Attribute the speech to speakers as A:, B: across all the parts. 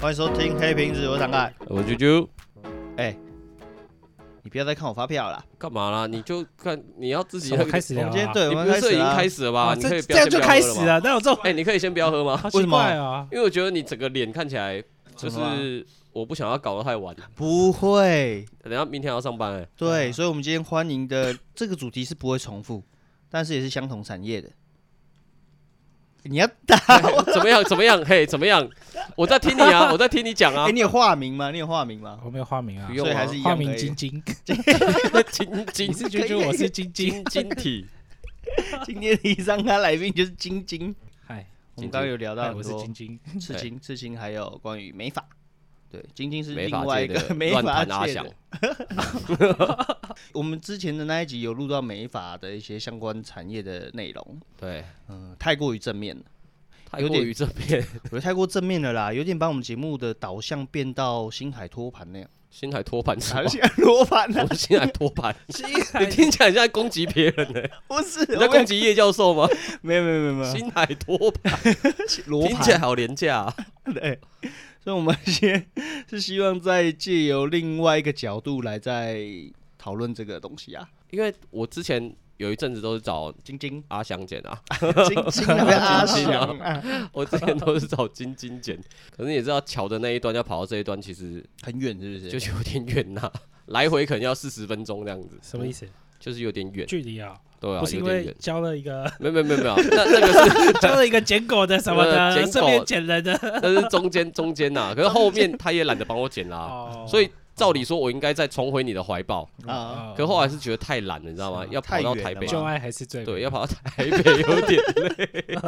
A: 欢迎收听黑瓶子，我是唐凯。
B: 我啾啾，
A: 哎你不要再看我发票了啦，
B: 干嘛啦？你就看你要自己
C: 我开始
A: 我们
C: 聊啊，
A: 今天对
B: 你
A: 我
B: 不
A: 们
B: 是
A: 开始
B: 已经
A: 啦
B: 开始了吧？
C: 哇
B: 你
C: 这
B: 可以不
C: 这
B: 要先
C: 样就
B: 不要
C: 开
B: 喝
C: 始
B: 了吗。
C: 了，啊那有这种
B: 哎，你可以先不要喝吗？
C: 好
A: 为
C: 奇
A: 什么
C: 怪啊！
B: 因为我觉得你整个脸看起来就
A: 怎么了
B: 是我不想要搞得太晚，
A: 不会，
B: 等下明天还要上班哎。
A: 对，所以我们今天欢迎的这个主题是不会重复，但是也是相同产业的。你要打我？
B: 怎么样？ 怎么样？嘿，怎么样？我在听你 啊，我在听你讲啊
A: 哎，。你有化名吗？你有化名吗？
C: 我没有化名啊
B: 不，用
A: 所以还
B: 啊
A: 是一
C: 化
A: 样可
C: 名晶
A: 以。
B: 晶
C: 晶，
B: 晶
C: 你是啾啾，我是晶晶。
B: 晶晶体，
A: 今天的上咖来宾就是晶晶，
C: 嗨，
A: 我们刚刚有聊到
C: 嗨
A: 很
C: 我
B: 哎
C: 是
A: 多
C: 晶晶。
A: 刺
B: 对
A: 青，刺青还有关于美发。对，晶晶是
B: 没
A: 另
B: 法
A: 外
B: 界
A: 一个
B: 的
A: 美
B: 乱
A: 发
B: 弹阿
A: 界的
B: 翔。
A: 我们之前的那一集有录到美发的一些相关产业的内容，
B: 对，
A: 嗯，太过于正面了，
B: 太
A: 有
B: 过
A: 点
B: 于这边
A: 我觉得太过正面了啦，有点把我们节目的导向变到星海托盘那样，
B: 新海托盘是吧？
A: 海罗盘啊
B: 我新海托盘，
A: 星
B: 你听起来像在攻击别人呢。
A: 不是，
B: 你在攻击叶教授吗？
A: 没有没有没有 没有
B: 新海托盘，
A: 罗
B: 听起来
A: 盘，
B: 好廉价啊。
A: 对，所以我们先是希望再借由另外一个角度来再讨论这个东西啊，
B: 因为我之前有一阵子都是找
A: 晶 晶
B: 阿翔剪 啊，
A: 晶晶那边阿
B: 晶晶啊
A: 翔啊，
B: 我之前都是找晶晶剪，可是你知道桥的那一端要跑到这一端，其实
A: 很远是不是？
B: 就是有点远呐、来回可能要四十分钟这样子。
C: 什么意？思？
B: 就是有点远，
C: 距离啊，
B: 哦对啊，
C: 不是因
B: 有点
C: 为
B: 远。
C: 交了一 个
B: 没有没有没有没有，那那个是
C: 交了一个捡狗的什 么
B: 呃捡
C: 的，
B: 狗
C: 顺便捡人的
B: 那是中间中间呐、可是后面他也懒得帮我剪啦、
C: 哦嗯
B: 所以照理说我应该再重回你的怀抱，
A: 啊，
B: 可后来是觉得太懒了，你知道吗？要跑到台
A: 太
B: 北，
A: 远
C: 哦旧
A: 了
C: 爱还是最美
B: 对，要跑到台北有点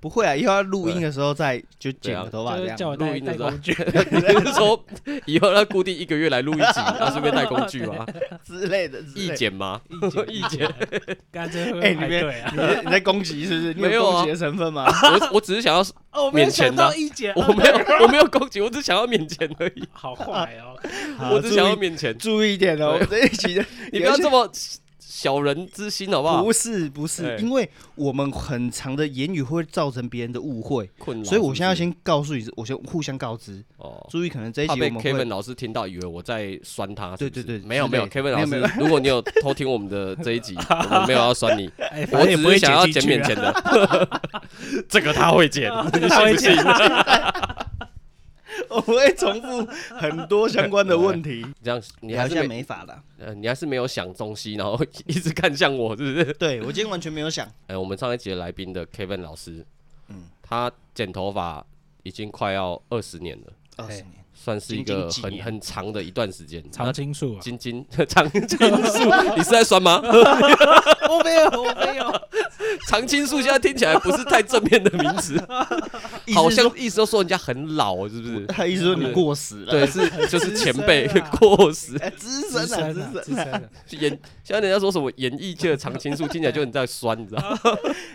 A: 不会啊，又要录音的时候再就
B: 对
A: 剪
B: 啊
A: 个头发这
C: 就是
A: 样，
C: 叫我
B: 录
C: 带
B: 音的
C: 带
B: 时候
C: 工 具，
B: 你是说以后要固定一个月来录一集，然后顺便带工 具吗？
A: 之类的之类
B: 意
A: 的。
B: 见吗？意见，
C: 干脆
A: 哎
C: 会
A: 你
C: 排
A: 别
C: 队啊。
A: 你在你在攻击是不是？你
B: 没有啊
A: 攻击的成分吗？
B: 我我只是想要，
C: 哦，我没有
B: 免钱
C: 想到
B: 的
C: 一姐，
B: 我 没有我没有攻击，我只想要免钱而已，
C: 好坏 哦。
A: 好
B: 我只想要
A: 注意
B: 免钱，
A: 注意一点哦，这一集 的
B: 你不要这么小人之心好不好？
A: 不是不是
B: 哎，
A: 因为我们很长的言语会造成别人的误会，
B: 困扰，
A: 所以我现在要
B: 是
A: 先告诉你，我先互相告知，
B: 不是哦。
A: 注意可能这一
B: 怕
A: 集我
B: 被
A: 们
B: Kevin
A: 会
B: 老师听到，以为我在酸他是不
A: 对
B: 是。
A: 对对
B: 没有
A: 之
B: 没
A: 类
B: 有
A: 的
B: ，Kevin
A: 没
B: 老
A: 有没有
B: 师，如果你有偷听我们的这一集，我们没有要酸你，
C: 哎，
B: 我
C: 反正也
B: 只
C: 不会
B: 是想要
C: 剪
B: 减
C: 进去
B: 免
C: 啊
B: 钱的。
A: 啊
B: 这个他 会减，
C: 他会剪，
A: 我们会重复很多相关的问题，
B: 这样 你
A: 聊
B: 还
A: 一
B: 是
A: 下
B: 没
A: 美法啦。
B: 呃，你还是没有想东西，然后一直看向我，是不是？
A: 对我今天完全没有 想，
B: 哎、我们上一集的来宾的 Kevin 老师，
A: 嗯
B: 他剪头发已经快要二十年了，
A: 二十
C: 哎
A: 年
B: 算是一
A: 仅
B: 个
A: 仅几
B: 很
A: 年
B: 很长的一段时间。
C: 常 青树啊，
B: 金金长青树，你是在酸吗？
A: 哦
C: 我没有，我没有，
B: 长青树现在听起来不是太正面的名词，好
A: 意思是
B: 像意思都说人家很老，是不是？
A: 他 意思说你过时了，
B: 对，是就是前辈
C: 资深啊
B: 过时，
A: 哎，资
C: 资
A: 深啊
C: 深
A: 资
C: 啊，
A: 深
C: 资
A: 啊，
C: 深啊，
B: 演现在人家说什么演艺界的常青树，听起来就很在酸，你知道吗？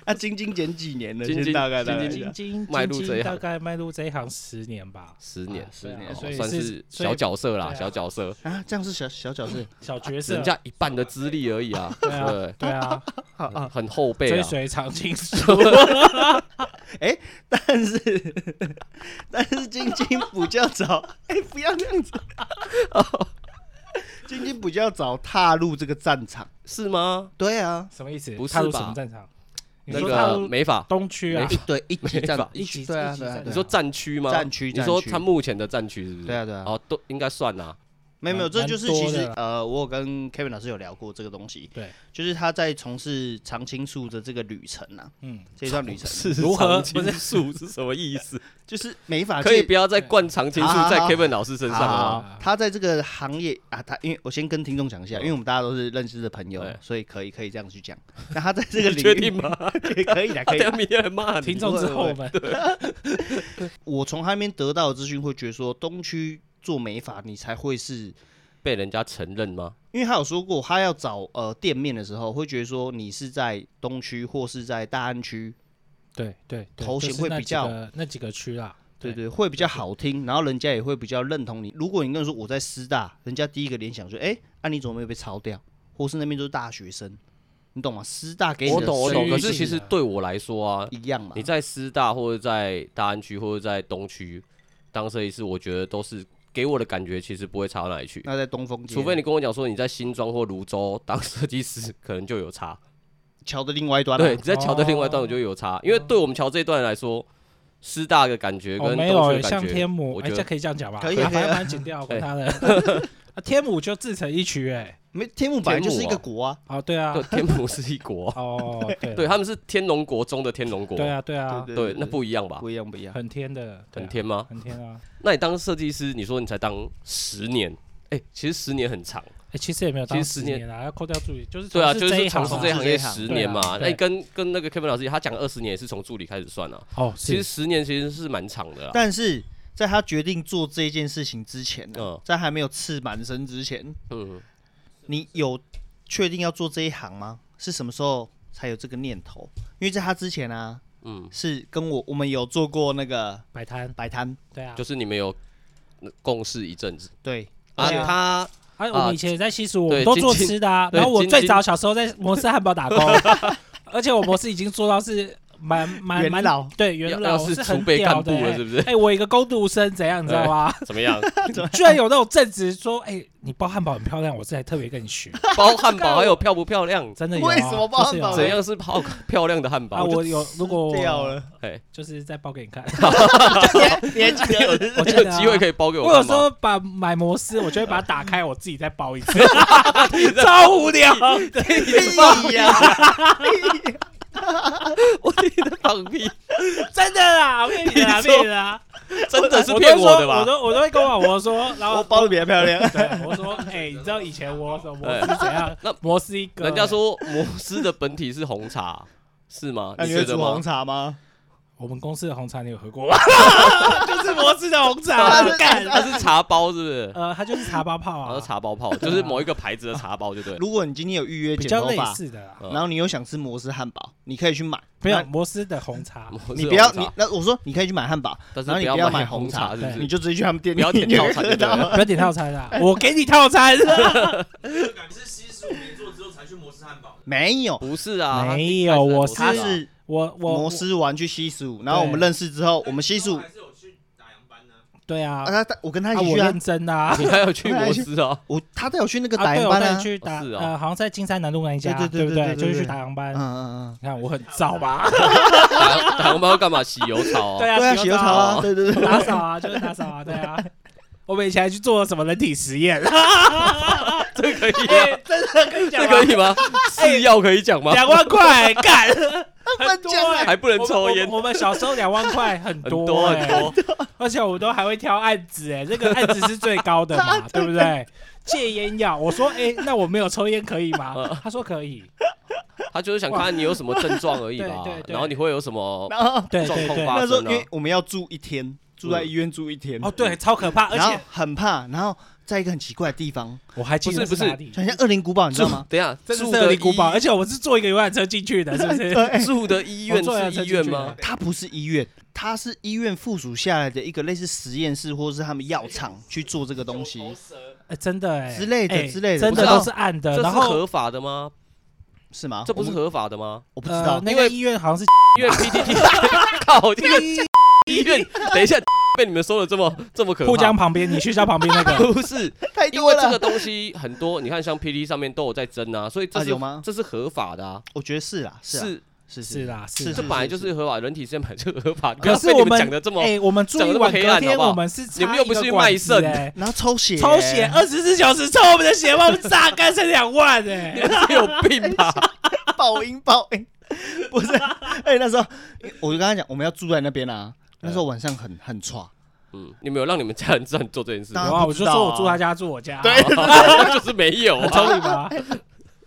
A: 啊，晶晶减几年了，
B: 晶晶
A: 先大概大概
B: 晶
A: 一
B: 晶
A: 下
C: 晶晶
B: 迈入这一行
C: 大概迈入这一行十年吧，
B: 十年
A: 啊，十
C: 对
A: 年
B: 哦
C: 啊所以
B: 算
C: 是
B: 是
C: 所以
B: 小角色啦，
C: 对啊
B: 小角色，
A: 啊，这样是小小角色，
C: 小角色
B: 啊人。家一半的资历而已啊，
C: 对啊
B: 对，
C: 对 啊，
B: 很很后辈
C: 追
B: 啊。
C: 随常青树，
A: 但是但是晶晶比较早， 哦哎、不要这样子。晶晶比较早踏入这个战场。
B: 是吗？
A: 对啊，
C: 什么意思？
B: 不是
C: 踏入
B: 吧
C: 什么战场？你
B: 那
C: 说踏
B: 个
C: 入
B: 美法，
C: 东区啊
B: 没？
A: 对一级
B: 没
A: 战
B: 法，
C: 一级
A: 对啊
C: 一级
A: 对啊对
C: 战
B: 你
A: 啊
B: 说战区吗？
A: 战区
B: 你说
A: 战区
B: 他目前的战区是不是？
A: 对啊对啊
B: 哦，都应该算啦。
A: 没有没有，
C: 蛮
A: 这就是
C: 蛮多
A: 其实
C: 的啦
A: 呃，我有跟 Kevin 老师有聊过这个东西，
C: 对，
A: 就是他在从事常青树的这个旅程啊，
C: 嗯，
A: 这一段旅程
B: 是
C: 如何
B: 常青树是什么意思？
A: 就是美法
B: 可以
A: 界
B: 不要再灌常青树在
A: 啊好好好
B: Kevin 老师身上
A: 好
B: 吗？
C: 啊
A: 他在这个行业啊，他因为我先跟听众讲一下，因为我们大家都是认识的朋友
B: 对，
A: 所以可以可以这样去讲。那他在这个
B: 你
A: 领域
B: 确定吗？
A: 也可以的，可以
B: 等
A: 啦
B: 下明天还骂 你
C: 听。众之后我们
A: 我从他那边得到的资讯会觉得说，东区做美发你才会是，
B: 被人家承认吗？
A: 因为他有说过，他要找呃店面的时候会觉得说你是在东区或是在大安区
C: 对对，对
A: 头衔
C: 就是
A: 会
C: 那
A: 比
C: 几
A: 较
C: 个那几个区啦，
A: 对对，会比较好听，然后人家也会比较认同你。如果你跟人说我在师大，人家第一个联想说，哎，啊你怎么没有被抄掉？或是那边都是大学生，你懂吗？师大给你
B: 我
A: 的
B: 懂我懂，
A: 声誉
B: 可是
A: 性
B: 其实对我来说啊，
A: 一样嘛
B: 你。在师大或者在大安区或者在东区当设计师，我觉得都是给我的感觉其实不会差到哪里去，
A: 那在东风街，
B: 除非你跟我讲说你在新庄或泸州当设计师，可能就有 差。
A: 桥的另外一端啊，
B: 对，你
C: 哦
B: 在桥的另外一段我觉得有差，因为对我们桥这一段来说，师大的感觉
C: 哦，
B: 跟
C: 没
B: 东
C: 有
B: 区的
C: 像
B: 感
C: 天
B: 觉，
C: 母，
B: 我
C: 哎，
B: 觉
C: 这
B: 得
C: 可以这样讲吧？
A: 可以啊
C: 啊，
A: 可以
C: 反
A: 啊
C: 正剪掉管他的。 啊天母就自成一区哎，
A: 没天幕本来就是一
B: 天
A: 个
B: 幕啊
A: 国啊，
C: 哦对啊，
B: 对，天母是一国
C: 哦 对
B: 对
C: 对
B: 他们是天龙国中的天龙国，
C: 对啊对啊，
A: 对
B: 对，那不一样吧？
A: 不一样不一样。
C: 很天的，对啊
B: 很天吗？
C: 很天啊。
B: 那你当设计师，你说你才当十年，哎，其实十年很长。
C: 哎，其实也没有
B: 其实
C: 当
B: 十
C: 十
B: 年
C: 年啊，要扣掉助理，就是
B: 对啊，
C: 从
B: 就
C: 事这
B: 是
C: 一
B: 从
C: 行
B: 事
C: 嘛
B: 这一行业
A: 从事这一
B: 十
A: 行
B: 年嘛。
C: 对啊
B: 那
C: 对
B: 跟跟那个 Kevin 老师，他讲二十年也是从助理开始算啊。
C: 哦，
B: 其实
C: 是
B: 十年其实是蛮长的啊啦。
A: 但是在他决定做这件事情之前呢、
B: 嗯
A: 在还没有刺满身之前，
B: 嗯，
A: 你有确定要做这一行吗？是什么时候才有这个念头？因为在他之前啊，
B: 嗯，
A: 是跟我我们有做过那个
C: 摆摊，
A: 摆摊，
C: 对啊，
B: 就是你们有共事一阵子
A: 对，
B: 啊。
A: 而且
B: 他
C: 啊，我
B: 啊
C: 们以前也在西蜀，我
B: 对
C: 们都
B: 金
C: 做
B: 金
C: 吃的啊。
B: 对
C: 然后我
B: 金
C: 最
B: 金
C: 早小时候在摩斯汉堡 打工，而且我摩斯已经做到是蛮蛮
A: 元
C: 蛮
A: 老
C: 对
B: 要
C: 元老，
B: 要
C: 我
B: 是
C: 是
B: 储
C: 很
B: 备
C: 屌
B: 干
C: 的
B: 部
C: 欸
B: 了，是。不是？ 啊
C: 哎，我一个工读生怎样，你知道吗？
B: 怎么 样？
C: 居然有那种正职说，哎，你包汉堡很漂亮，我这还特别跟你学，
B: 包汉堡还有漂不漂亮？
C: 真的有啊。
A: 为什么包汉堡
C: 就是
B: 怎
C: 有啊
B: 样是泡漂亮的汉堡？
C: 啊？我有，如果
A: 掉了，
B: 哎，
C: 就是再包给你看。
A: 你还记得？
C: 我
B: 你
C: 记
B: 有
C: 得啊
B: 机会可以包给
C: 我有
B: 汉
C: 时
B: 堡。
C: 候把买摩斯，我就会把它打开，我自己再包一次， 超无聊。
A: 屁呀！
B: 我你的放屁，
C: 真的啦，骗你的啦，
B: 你说
C: 骗你的啦。
B: 真的是骗的
C: 我都说我
B: 吧？
C: 都我都会跟我老婆说，然后
A: 我包的比较漂亮。
C: 对，我说，哎，你知道以前我什么摩
B: 哎
C: 斯怎样？
B: 那
C: 摩斯一个，
B: 人家说摩斯的本体是红茶，是吗？
A: 那
B: 你
A: 你
B: 觉
A: 会
B: 得
A: 煮
B: 吗
A: 红？茶吗？
C: 我们公司的红茶你有喝过吗？ 就是摩斯的红茶
A: 他，是
C: 干。
B: 它是茶包，是不是？
C: 呃，它就是茶包泡
B: 然后
C: 啊，
B: 茶包泡，就是某一个牌子的茶包，就 对了。
A: 如果你今天有预约
C: 比
A: 剪
C: 较
A: 头
C: 类
A: 发，
C: 似的啦。
B: 嗯
A: 然后你又想吃摩斯汉堡，你可以去买。
C: 没有
A: 那，
C: 摩斯的红茶，
A: 你不要
B: 我是红
A: 你
B: 茶，
A: 那我说你可以去买汉堡，
B: 但是
A: 然后你
B: 不
A: 不要
B: 买
A: 买红
B: 茶，
A: 茶
B: 是不
A: 你
B: 是？
A: 就直接去他们店
B: 不
A: 里
B: 要点套餐就对了。
C: 不要点套餐啦， 我给你套餐。
D: 你是七十五年做之后才去摩斯汉堡的。
A: 没有，
B: 不是啊，它
C: 没
B: 一开
C: 有
B: 始
C: 我
A: 他
B: 在摩斯啊
C: 是
A: 是
C: 我我
A: 摩斯玩去西十五，然后我们认识之后，我们西十五
B: 啊
D: 还是有去打烊班呢、
C: 对啊
A: 啊，，他他我跟他
C: 啊
A: 一起
C: 我
A: 去啊
C: 认，真的啊。
B: 你还有去摩斯哦，
A: 我他带我去那个
C: 啊，
A: 打
C: 对，
A: 烊
C: 我
A: 班
C: 带
A: 啊
C: 你，去打
B: 哦是哦
C: 呃，好像在金山南路那一家，
A: 对对
C: 不
A: 对对对
C: 对？就是
A: 对
C: 去打烊班
A: 嗯。嗯嗯
C: 你看我很燥 吧？
B: 打打红包干嘛？洗油草哦，
A: 嗯，对啊，洗油槽啊，对对对，
C: 打扫啊，就是打扫啊，对啊。 我们以前还去做什么人体实 验？
B: 这可以
C: 哎
B: 啊，
C: 真的跟你 讲哎
B: 这
C: 吗，
B: 可以吗？是药可以讲吗？
C: 两万 块干，很
A: 这样
C: 多
A: 啊
C: 哎。
B: 还不能抽
C: 我
B: 烟
C: 们，我们小时候两万块很
B: 很
C: 多
B: 多欸
C: 哎
B: 很多，
C: 而且我们都还会挑案子哎，这个案子是最高 的嘛，对不对？戒烟药，我说哎，那我没有抽烟可以 吗？他说可以，
B: 他就是想看你有什么症状而已吧
C: 哇对对，对
B: 然后你会有什么
A: 然后
C: 对
B: 状
C: 对
B: 况
C: 对。
B: 发
A: 那时候
B: 生
A: 因
B: 嗯呢？
A: 为我们要住一天，住在医院住一天，
C: 哦，对，超可怕，而
A: 然后
C: 且
A: 很怕，然后在一个很奇怪的地方，
C: 我还记得
B: 不是不是
C: 哪里
A: 就，很像恶灵古堡，你知
B: 住
A: 道吗？
B: 等一下
C: 真的
B: 住
C: 是恶
B: 的
C: 灵古堡，
B: 医
C: 而且我们是坐一个游览车进去的，是不是？
A: 对，
B: 住的医
C: 我
B: 院
C: 坐缆车
B: 是医
C: 进
B: 院
C: 去
B: 吗
C: 的？
A: 它不是医院，它是医院附属下来的一个类似实验室，或是他们药厂去做这个东西。
C: 哎，真的哎，
A: 之类的
C: 哎
A: 之类的
C: 真
B: 不
C: 的
B: 知道
C: 都是暗
B: 这
C: 的，
B: 是
C: 然后啊
B: 合法的吗？
A: 是吗？
B: 这不是
A: 我
B: 合法的吗？
A: 我不知
C: 呃
A: 道，，
C: 那
B: 因
C: 个
B: 为
C: 医院好像是
B: 因为 PTT，靠，这个医 院，等一下被你们说的这么这么可怕。
C: 沪 江旁边，你学校旁边那个，
B: 不是，
A: 太
B: 因
A: 多
B: 为这
A: 了
B: 个，东西很多，你看像 PTT 上面都有在争啊，所以这
A: 啊
B: 是
A: 有吗
B: 这是合法的啊，
A: 我觉得是啦，是啊
B: 是
A: 是
C: 是啦是
A: 是
B: 这
C: 啦。
B: 本来就是合法，人体实验本来就合法。
C: 可是
B: 你
C: 我
B: 们
C: 们
B: 讲的这么，
C: 哎，我们住
B: 讲
C: 一
B: 得这么
C: 晚，
B: 黑暗
C: 隔天
B: 好不好
C: 我们是
B: 你们又不是去卖肾
C: 插一个管子哎
A: 然后抽血，
C: 抽血二十四小时抽我们的血，把我们榨干剩两万哎
B: 你。们是有病吧？
A: 哎报应报 应，不是？哎、那时候我就跟他讲，我们要住在那边啊。那时候晚上很很差，
B: 嗯，你们有让你们家人知道你做这件事
A: 当
B: 吗？
A: 然
C: 有啊，
A: 不
C: 我
A: 知
C: 就
A: 道啊
C: 说我住他家，住我家，
A: 对，
B: 就是没有
C: 很
B: 啊。
C: 合理吧？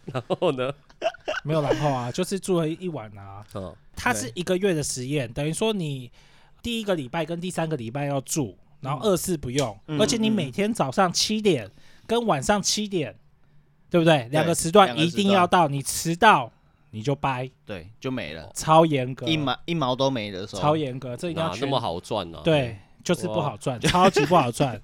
B: 然后呢？
C: 没有然后啊，就是住了一晚啊。
A: 哦
B: 嗯，
C: 它是一个月的实验，等于说你第一个礼拜跟第三个礼拜要住，然后二四不用，
A: 嗯
C: 而且你每天早上七点跟晚上七点，对不对？两个时段
A: 两个时
C: 一
A: 段
C: 定要到，你迟到你就掰，
A: 对，就没了，
C: 超严格，
A: 一毛一毛都没的时候，
C: 啊超严格，这一定要
B: 哪那
C: 全
B: 么好赚啊呢？，
C: 对，就是不好赚，超级不好 赚，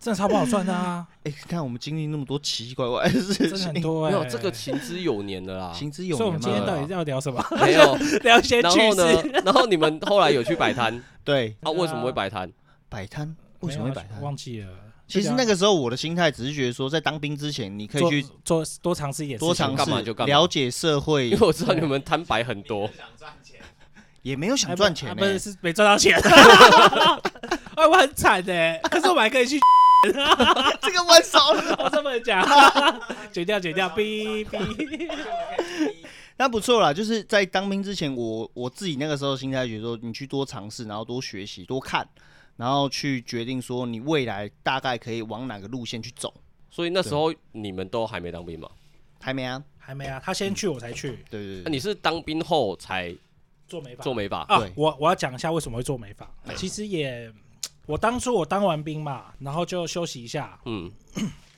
C: 真的超不好赚的啊，
A: 哎、看我们经历那么多奇奇怪怪的 事
C: 真的很
A: 情，
B: 没
C: 多哎。
B: 有这个行之有年的啦，
A: 行哎之有
C: 所以我
A: 年
C: 们
A: 嘛。
C: 今天到底是要聊什么？
B: 没有。
C: 聊一些
B: 然
C: 趣
B: 后
C: 事。啊
B: 呢？然后你们后来有去 摆摊
A: 对
B: 啊？为什么会摆摊？
A: 摆摊为什么会摆
C: 没有啊
A: 摊？
C: 忘记了。啊
A: 其实那
C: 个
A: 个时候我的心态只是觉得说，在当兵之前，你可以去
C: 做做多尝试一点事情，
A: 多尝
B: 干嘛
A: 试
B: 就干嘛
A: 了解社
B: 因
A: 会
B: 为，我知道你们摊摆很多，
D: 想赚钱，
A: 也没有想
C: 哎
A: 赚
C: 不
A: 钱、
C: 啊
A: 欸
C: 不是是没赚到钱。 哎，我很惨的，可是我们还可以去，
A: 这个蛮少了，
C: 我这么讲，剪掉剪掉，哔 哔。
A: 那不错啦。就是在当兵之前，我我自己那个时候心态觉得说，你去多尝试，然后多学习，多看，然后去决定说你未来大概可以往哪个路线去走。
B: 所以那时候你们都还没当兵嘛？
A: 还没啊？
C: 还没啊，他先去我才去
A: 对对
B: 那
A: 对，
B: 你是当兵后才
C: 做美发。
B: 做美哎发？
C: 啊
A: 对，
C: 我我要讲一下为什么会做美发。其实也，我当初我当完兵嘛，然后就休息一下，
B: 嗯，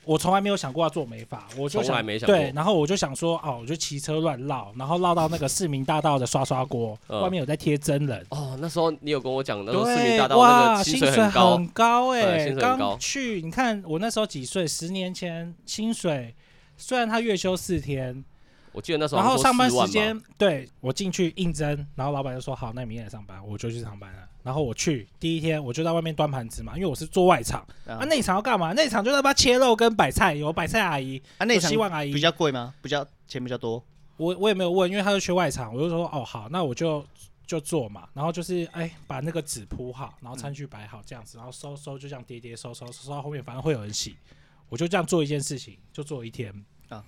C: 我从来没有想过要做美发，我就想
B: 从来没想过
C: 对，然后我就想说，哦，我就骑车乱绕，然后绕到那个市民大道的刷刷锅，
B: 嗯
C: 外面有在贴真人。
B: 哦，那时候你有跟我讲，那时候市民
C: 对，
B: 大道那
C: 哇，
B: 个
C: 薪
B: 薪
C: 水
B: 水很高，
C: 高
B: 对
C: 哎、
B: 薪水很高
C: 刚去，你看我那时候几岁？十年前薪水，虽然他月休四天，
B: 我记得那时候
C: 然
B: 好
C: 后
B: 像
C: 上
B: 说
C: 班
B: 四
C: 时
B: 万嘛，
C: 间，对我进去应征，然后老板就说好，那你明天来上班，我就去上班了。然后我去第一天，我就在外面端盘子嘛，因为我是做外场
A: 啊
C: 啊，内场要干嘛？内场就在那边切肉跟摆菜，有摆菜阿姨，
A: 啊那
C: 有
A: 场
C: 希望阿姨
A: 比。较贵吗？比较钱比较多，
C: 我我也没有问，因为他就去外场，我就说哦好，那我就就做嘛。然后就是哎，把那个纸铺好，然
A: 嗯
C: 后餐具摆好这样子，然后收收就这样叠叠收收收收到后面，反正会有人洗。我就这样做一件事情，就做一天
A: 啊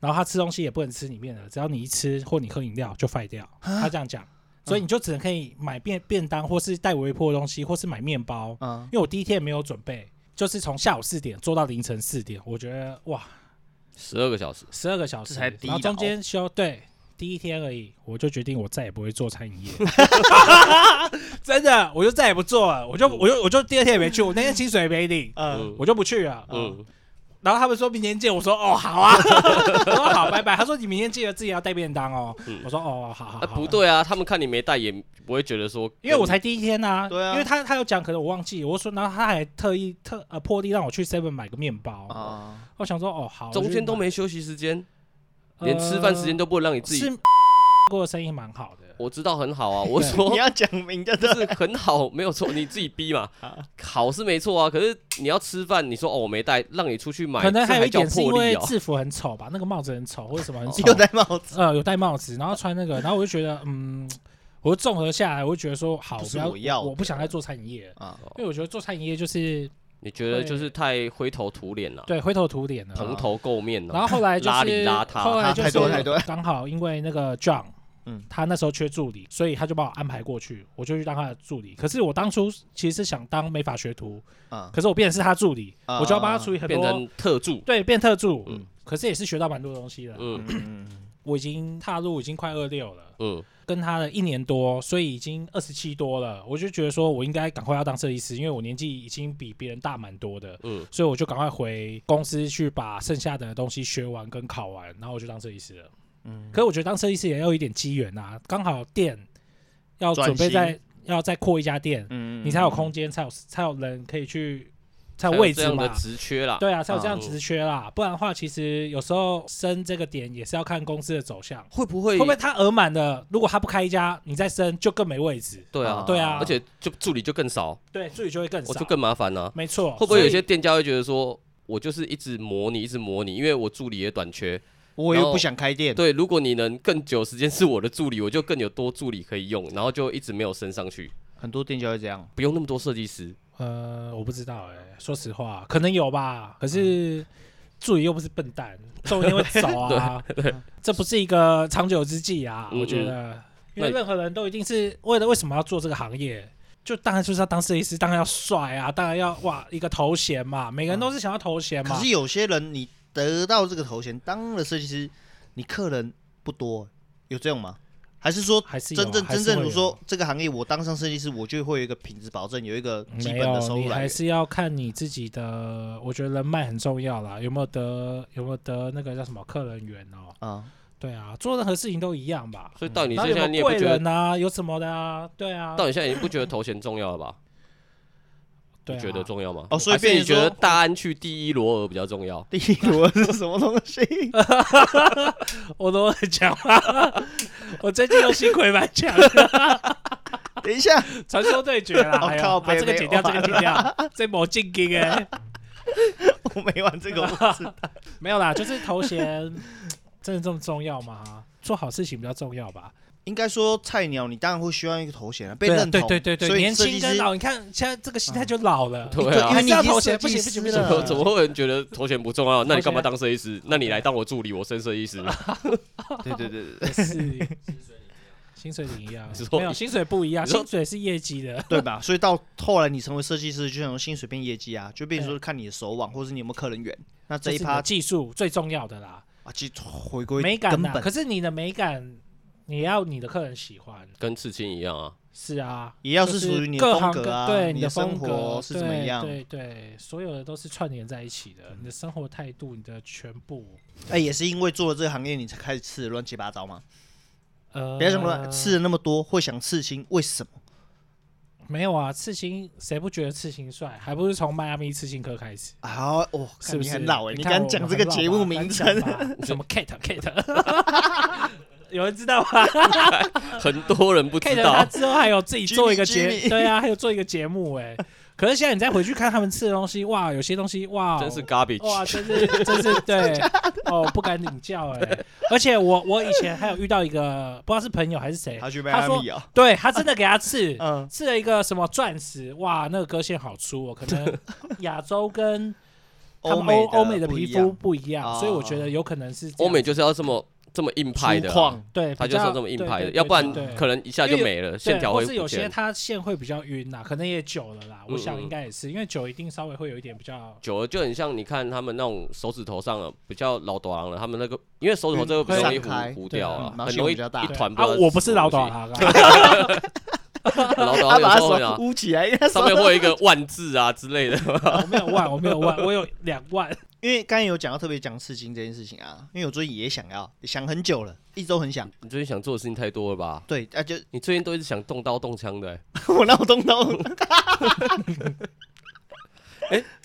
C: 然后他吃东西也不能吃里面的，只要你一吃或你喝饮料就坏掉。
A: 啊
C: 他这样讲，所以
A: 嗯
C: 你就只能可以买便便当，或是带微波的东西，或是买面包。
A: 嗯，
C: 因为我第一天也没有准备，就是从下午四点做到凌晨四点，我觉得哇，
B: 十二个小时，
C: 十二个小时，
A: 这才低
C: 然后
A: 劳
C: 中间休对第一天而已，我就决定我再也不会做餐饮业， 真的，我就再也不做了，我就我就我就第二天也没去，我那天薪水也没领，
B: 嗯
C: 我就不去了。
B: 嗯，
C: 然后他们说明天见，我说哦好啊， 我说好拜拜。他说你明天记得自己要带便当哦，我说哦好好
B: 啊
C: 好，
B: 不。对啊，他们看你没带也不会觉得说，
C: 因为我才第一天呐、
A: 对啊
C: 因为他他有讲，可能我忘记，我说，然后他还特意特呃破例让我去 Seven 买个面包，
A: 啊，
C: 我想说哦好，
B: 中间都
C: 我去
B: 没休息时间，
C: 买
B: 连吃饭时间都不让你自
C: 呃
B: 己。
C: 是过的生意蛮好的，
B: 我知道很好 啊，我
A: 你
B: 说
A: 要讲明的，
B: 就是很好，没有错，你自己逼嘛，好是没错啊。可是你要吃饭，你说哦我没带，让你出去买，
C: 可能
B: 这
C: 还有一
B: 叫
C: 点是因
B: 魄力
C: 为
B: 哦。
C: 制服很丑吧，那个帽子很丑，或者什么很
A: 哦
C: 丑
A: 你，又戴帽子，
C: 呃，有戴帽子，然后穿那个，然后我就觉得，嗯，我综合下来，我就觉得说，好，
A: 不是
C: 要，
A: 我要的
C: 我不想再做餐饮业了，
A: 啊
C: 因为我觉得做餐饮业就是
B: 你觉得就是太灰头土脸了，
C: 对灰头土脸
B: 蓬
C: 的。
B: 头垢面
C: 然
B: 了。
C: 后后来就
B: 邋里
C: 是
B: 邋遢
C: 后来就
A: 太多太多
C: 是刚好因为那个 John，
A: 嗯
C: 嗯，他那时候缺助理，所以他就把我安排过去，我就去当他的助理。可是我当初其实是想当美发学徒，
A: 啊，
C: 可是我变成是他助理，
A: 啊
C: 我就要帮他处理很
B: 变
C: 多，
B: 成特助，
C: 对，变特助
B: 嗯，
C: 可是也是学到蛮多东西的。
B: 嗯
C: 我已经踏入已经快二六了，
B: 嗯，
C: 跟他的一年多，所以已经二十七多了。我就觉得说我应该赶快要当设计师，因为我年纪已经比别人大蛮多的，
B: 嗯
C: 嗯，所以我就赶快回公司去把剩下的东西学完跟考完，然后我就当设计师了。嗯，可是我觉得当设计师也要有一点机缘啊，刚好店要
A: 转
C: 准备
A: 型
C: 再要再扩一家店，
A: 嗯
C: 你才有空间，才有才有人可以去，才
B: 还
C: 有
B: 有
C: 位
B: 这
C: 置
B: 样的
C: 嘛。
B: 职缺啦。
C: 对啊，才有这样
B: 嗯
C: 职缺啦，不然的话，其实有时候升这个点也是要看公司的走向。
B: 会不会
C: 会不会他额满了？如果他不开一家，你再升就更没位置，
B: 对啊，
C: 对啊
B: 而且就助理就更少，
C: 对，助理就会更
B: 我
C: 少哦
B: 就，更麻烦了、啊
C: 没错。
B: 会不会有
C: 所
B: 些
C: 以
B: 店家会觉得说，我就是一直磨你，一直磨你，因为我助理也短缺。
A: 我又
B: 然后
A: 不想开店，
B: 对，如果你能更久时间是我的助理，我就更有多助理可以用，然后就一直没有升上去，
A: 很多店家会这样，
B: 不用那么多设计师。
C: 呃，我不知道哎、说实话，可能有吧。可是助理又不是笨蛋，总有一天会走 啊嗯这不是一个长久之计啊，
B: 嗯
C: 我觉
B: 嗯
C: 得，因
B: 那
C: 为
B: 你
C: 任何人都一定是为了为什么要做这个行业。就当然就是要当设计师，当然要帅啊，当然要哇一个头衔嘛，每
B: 嗯
C: 个人都是想要头衔
A: 可
C: 嘛
A: 是。有些人你得到这个头衔，当了设计师，你客人不多，有这样吗？还是说
C: 还是有啊
A: 真正
C: 还是
A: 真正
C: 会
A: 如
C: 有
A: 说这个行业，我当上设计师，我就会有一个品质保证，有一个基
C: 没
A: 本的
C: 有，
A: 收入
C: 你
A: 来
C: 还
A: 源。
C: 是要看你自己的，我觉得人脉很重要啦，有没有得有没有得那个叫什么客人缘哦？
A: 啊，
C: 对啊，做任何事情都一样吧。
B: 所以到你
C: 然后
B: 现在
C: 有
B: 你
C: 没
B: 也
C: 有
B: 不
C: 贵
B: 觉得，
C: 人啊，有什么的啊？对啊，
B: 到你现在已经不觉得头衔重要了吧？
C: 对
B: 你
C: 啊，
B: 觉得重要吗？
A: 哦所以
B: 还是
A: 变
B: 你
A: 成
B: 觉得
A: 说
B: 大安区第一罗尔比较重要？
A: 第一轮是什么东西？
C: 我都很强啊！我最近用新魁蛮强的，
A: 等一下，
C: 传说对决啦，
A: 哦
C: 还有
A: 靠
C: 啊，
A: 北
C: 这个
A: 没
C: 剪掉，这
A: 玩
C: 个剪掉，这魔镜经哎，
A: 我没玩这个，我不知道
C: 没有啦，就是头衔 真的这么重要吗？做好事情比较重要吧。
A: 应该说菜鸟，你当然会需要一个头衔啊，被
C: 对啊
A: 认同。
C: 对对对
A: 所
C: 对，
A: 以
C: 年
A: 设
C: 轻
A: 计
C: 跟
A: 师
C: 老，你看现在这个心态就老了。
B: 对啊
A: 因为，你
C: 一定要
A: 已经
C: 头衔
A: 设计
C: 不行不行不
A: 师啊
C: 行
A: 了
C: 不行
B: 怎么会有人觉得头衔不重 要？那你干嘛
C: 头衔
B: 当设计师？那你来当我助理，我升设计师。
A: 对对对对 对，
C: 也是薪水领一样
B: 你，说
C: 没有薪水不一样，
B: 你说
C: 薪水是业绩的。
A: 对吧？所以到后来你成为设计师，就想用薪水变业绩啊，就变成说看你的手腕，或者是你有没有客人缘。那 这一
C: 是你的
A: 趴
C: 技术最重要的啦，
A: 啊，其实回归
C: 美
A: 根
C: 感啊。
A: 本
C: 可是你的美感，你要你的客人喜欢。
B: 跟刺青一样 啊，
C: 是啊，
A: 也要
C: 就是
A: 属于你的
C: 各
A: 风
C: 行
A: 格
C: 各
A: 啊
C: 对
A: 你
C: 的
A: 的生
C: 风格
A: 活是怎么
C: 对
A: 样嗯
C: 对对，所有的都是串联在一起的，你的生活态度，你的全部。
A: 哎、也是因为做了这个行业，你才开始吃的乱七八糟嘛。
C: 呃，
A: 别想乱吃了那么多，会想刺青，为什么？
C: 没有啊，刺青谁不觉得刺青帅？还不是从迈阿密刺青课开始，
A: 啊，哦，
C: 是
A: 干
C: 不
A: 你
C: 是？
A: 很老哎、你
C: 看
A: 敢
C: 我
A: 讲
C: 我
A: 这个
C: 很老
A: 节
C: 吧
A: 目
C: 敢
A: 名
C: 讲
A: 称？
C: 吧什么 Kate Kate？有人知道吗
B: 很多人不知
C: ？Kate
B: 道。
C: 他之后还有自己做一个
A: Jimmy，Jimmy
C: 节，对啊，还有做一个节目哎、可是现在你再回去看他们吃的东西，哇，有些东西 哇，哦
B: 真是
C: 哇，
B: garbage！
C: 真是真是 对哦，不敢领教哎、而且我我以前还有遇到一个不知道是朋友还是谁，
A: 他去迈
C: 他
A: 阿
C: 说
A: 密啊，
C: 对他真的给他刺，
A: 嗯，
C: 刺了一个什么钻石，哇，那个割线好粗哦，可能亚洲跟他们
A: 美
C: 欧
A: 欧
C: 欧美的
A: 不
C: 皮
A: 一
C: 肤
A: 样
C: 不一样，
A: 哦
C: 所以我觉得有可能是这
B: 欧
C: 样
B: 美就是要这么这么硬派的
A: 粗
B: 啊，
A: 犷，
C: 对，
B: 他
C: 比
B: 就是
C: 较
B: 要这么硬
C: 对
B: 派的，
C: 对
B: 要不然
C: 对对
B: 可能一下就没了，线条
C: 对
B: 会
C: 或是有
B: 不
C: 些
B: 见。
C: 它线会比较晕啊呐，可能也久了啦，我
B: 嗯
C: 想
B: 嗯
C: 应该也是，因为久一定稍微会有一点比较
B: 久了就很像你看他们那种手指头上的比较老短郎了，他们那个因为手指头这个比较容易
A: 嗯散开
B: 糊糊掉
A: 对嗯，
B: 啊
A: 然后
B: 很容易
A: 胸比较大
B: 一
C: 对
B: 团。
C: 啊，我不是老短，行啊，
B: 老短
A: 他
B: 郎有
A: 把他
B: 时候 会啊
A: 手捂起来，因为 他
B: 上
A: 手
B: 面会有一个万字啊之类的。
C: 我没有万，我没有万，我有两万。
A: 因为刚才有讲到特别讲刺青这件事情啊，因为我最近也想要，想很久了，一直都很想。
B: 你最近想做的事情太多了吧？
A: 对，啊，就
B: 你最近都一直想动刀动枪的、欸，
A: 我闹东 东，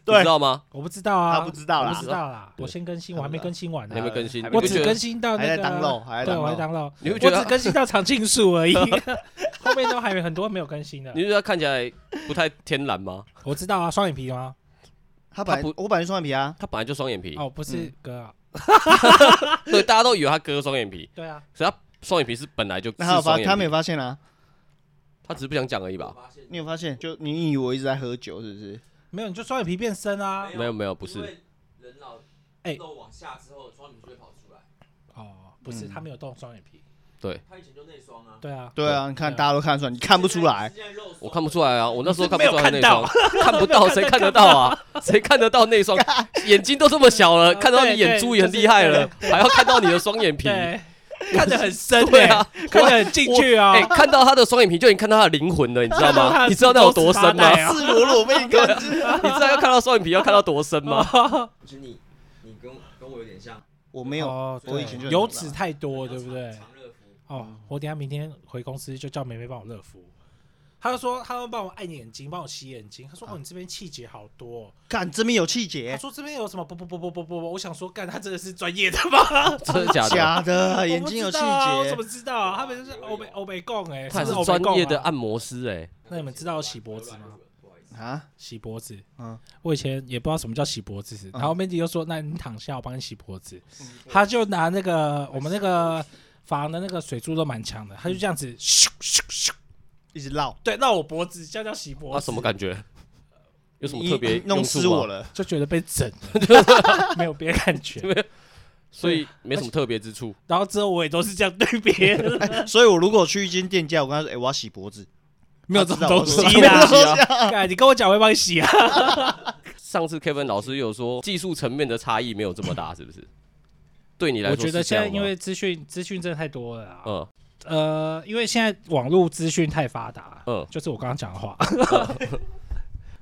A: 对
B: 你知道吗？
C: 我不知道啊，
A: 他不知道啦
C: 我不知道啦，
B: 对
C: 我先更新，
A: 他不知道
C: 我还没更新完
B: 你
C: 呢
B: 还。没更新，
A: 还没
C: 我
B: 你不
C: 只
B: 觉
C: 更
B: 得
C: 新到
A: 还在
C: 那个，啊
A: 当漏，还在
C: 对，
A: 当
C: 我还
A: 漏。
C: 当漏，
B: 你会觉
C: 我
B: 得
C: 只更新到常青树而已，后面都还有很多没有更新的
B: 你。觉得它看起来不太天然吗？
C: 我知道啊，双眼皮吗？
A: 他本来
B: 他
A: 我本来双眼皮啊，
B: 他本来就双眼皮，
C: 哦，不是哥啊，
B: 对，大家都以为他割双眼皮，
C: 对啊，
B: 所以他双眼皮是本来就
A: 那他有
B: 是
A: 发
B: 双眼皮
A: 他没有发现啊？
B: 他只是不想讲而已
D: 我
B: 吧？
D: 发现
A: 你有发现？就你以为我一直在喝酒是不是？
C: 没有你就双眼皮变深啊。
B: 没有没有，不
D: 因
B: 是，
D: 为人老
C: 哎
D: 肉往下之后，双眼皮就会跑出来。
C: 哦，不是，
A: 嗯
C: 他没有动双眼皮。
B: 对
D: 他以前就内双啊，
C: 对啊，
A: 对啊，你看
C: 对啊
A: 大家都看得出来，你看不出 来。
D: 现在肉松
B: 我看不出来啊，我那时候看不
C: 没有
B: 出来内
C: 看
B: 双
C: 到，
B: 看不 到，谁看得到啊？谁看得到内双？眼睛都这么小了，
C: 对
B: 看到你眼珠也很厉害了，还要看到你的双眼皮，
C: 对，看得很深欸
B: 对啊，
C: 看得很进去啊
B: 哎、。看到他的双眼皮就已经看到他的灵魂了，你知道
C: 看到 他
B: 吗？
C: 的
B: 你知道那有多深
C: 十八代
B: 吗？
C: 啊
A: 赤裸裸被你 看见，
B: 你知道要看到双眼皮要看到多深吗？
C: 哦
D: 我觉得你你跟我跟我有点像，
A: 我没有，
C: 哦
A: 我以
C: 对
A: 前就很啊
C: 油
A: 大
C: 脂太多，对不对？
D: 长乐福，
C: 哦，我等一下明天回公司就叫梅梅帮我热敷。她就说她要帮我按眼睛，帮我洗眼睛。她说：“哦，你这边气节好多哦。
A: 看这边有气”
C: 她
A: 节，
C: 说：“这边有什么不不不不不不不？”我想说，干，她真的是专业的吗？
B: 真的假的？
A: 假的，
C: 我
A: 眼
C: 不
A: 睛
C: 知
A: 有气
C: 道啊我怎
A: 节
C: 么。知道啊？他们是欧美欧美共哎，
B: 他
C: 是
B: 是
C: 欧美
B: 专
C: 共
B: 业的
C: 啊。
B: 按摩师哎、
C: 那你们知道洗脖子吗？
D: 不好意思，
A: 啊，
C: 洗脖子，
A: 嗯
C: 嗯，我以前也不知道什么叫洗脖子，
A: 嗯
C: 然后 Mandy 就说：“那你躺下，我帮你洗脖子。”他就拿那个我们那个房的那个水柱都蛮强的，他就这样子咻咻咻，
A: 一直绕，
C: 对，绕我脖子，这样叫洗脖
B: 啊，
C: 子，
B: 什么感觉？有什么特别啊
A: 你弄湿我
B: 了？
A: 了。
C: 就觉得被整 了，没有别的感觉。
B: 所以没什么特别之处。
C: 然后之后我也都是这样对别 人，
A: 所以我如果去一间店家，我跟他说，哎，我要洗脖子，
C: 没有这种东
A: 他
C: 西啊
A: 知道我
C: 啦
A: 是。老
B: 啊
A: 师
C: 干你跟我讲，我会帮你洗啊。
B: 上次 Kevin 老师有说技术层面的差异没有这么大，是 不是？对你来
C: 我
B: 说
C: 觉
B: 是
C: 得
B: 这
C: 现
B: 样
C: 在因
B: 吗
C: 为资讯资讯真的太多了啊啦，
B: 嗯
C: 呃，因为现在网络资讯太发达，
B: 嗯
C: 就是我刚刚讲的话，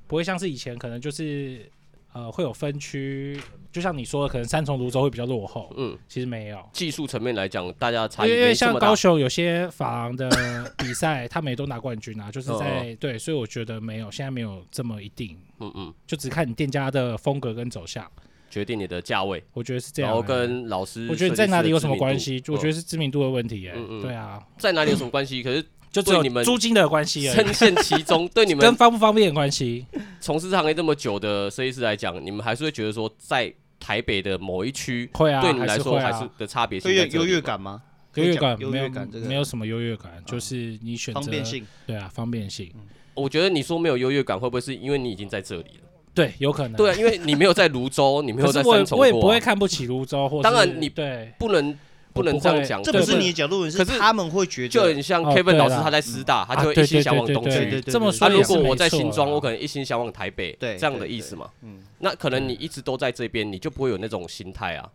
C: 不会像是以前可能就是呃会有分区，就像你说的，可能三重泸州会比较落后，
B: 嗯，
C: 其实没有。
B: 技术层面来讲，大家的差
C: 因
B: 异
C: 为因为
B: 没这
C: 像
B: 么大
C: 高。雄有些法郎的比赛，他们也都拿冠 军啊，就是在对，所以我觉得没有，现在没有这么一定，
B: 嗯嗯，
C: 就只看你店家的风格跟走向，
B: 决定你的价位，
C: 我觉得是这样
B: 然
C: 欸。
B: 后跟老师，
C: 我觉得你在哪里有什么关系，我觉得
B: 得
C: 是知名度的问题耶、
B: 嗯嗯嗯
C: 对啊，
B: 在哪里有什么关系？可是
C: 就只
B: 对
C: 有
B: 你们
C: 租金的关系而已，
B: 深陷其 中，对你
C: 跟
B: 们
C: 方不方便的关系。
B: 从事这行业这么久的设计师来讲，你们还是会觉得说，在台北的某一区，
C: 会啊
B: 对你们来
C: 还是
B: 说
C: 会啊
B: 还是的差别性
A: 会有
B: 在这
A: 优
B: 里吗
A: 越，感吗？
C: 优越感
A: 优
C: 没有
A: 越感这个
C: 没有什么优越感，就是你选择
A: 方便性，嗯
C: 对啊，方便性，
B: 我觉得你说没有优越感，会不会是因为你已经在这里了？
C: 对，有可能。
B: 对啊，，因为你没有在泸州，你没有
C: 可
B: 在
C: 是我
B: 三
C: 也
B: 重
C: 我也
B: 过啊
C: 不会看不起泸州，或是
B: 当然你
C: 对
B: 不能不能
C: 我不
B: 这样
C: 会
B: 讲，
A: 这
B: 对
A: 不
B: 对
A: 是你讲论文，是
B: 可是
A: 他们会觉
B: 就
A: 得
B: 很像
C: 哦
B: Kevin
C: 对
B: 老师
C: 啦
B: 他在师大，他
C: 啊
B: 就会
C: 对
B: 一心
C: 对
B: 想
C: 对
B: 往
C: 对
B: 东
C: 对
A: 对
B: 去
A: 对。
C: 这么
B: 他
C: 说
B: 如
C: 也是
B: 果我
C: 没
B: 在
C: 错啊
B: 新庄，
C: 啦
B: 我可能一心想往台北，
A: 对
B: 这样的意思嘛。
A: 嗯
B: 那可能你一直都在这边，你就不会有那种心态啊。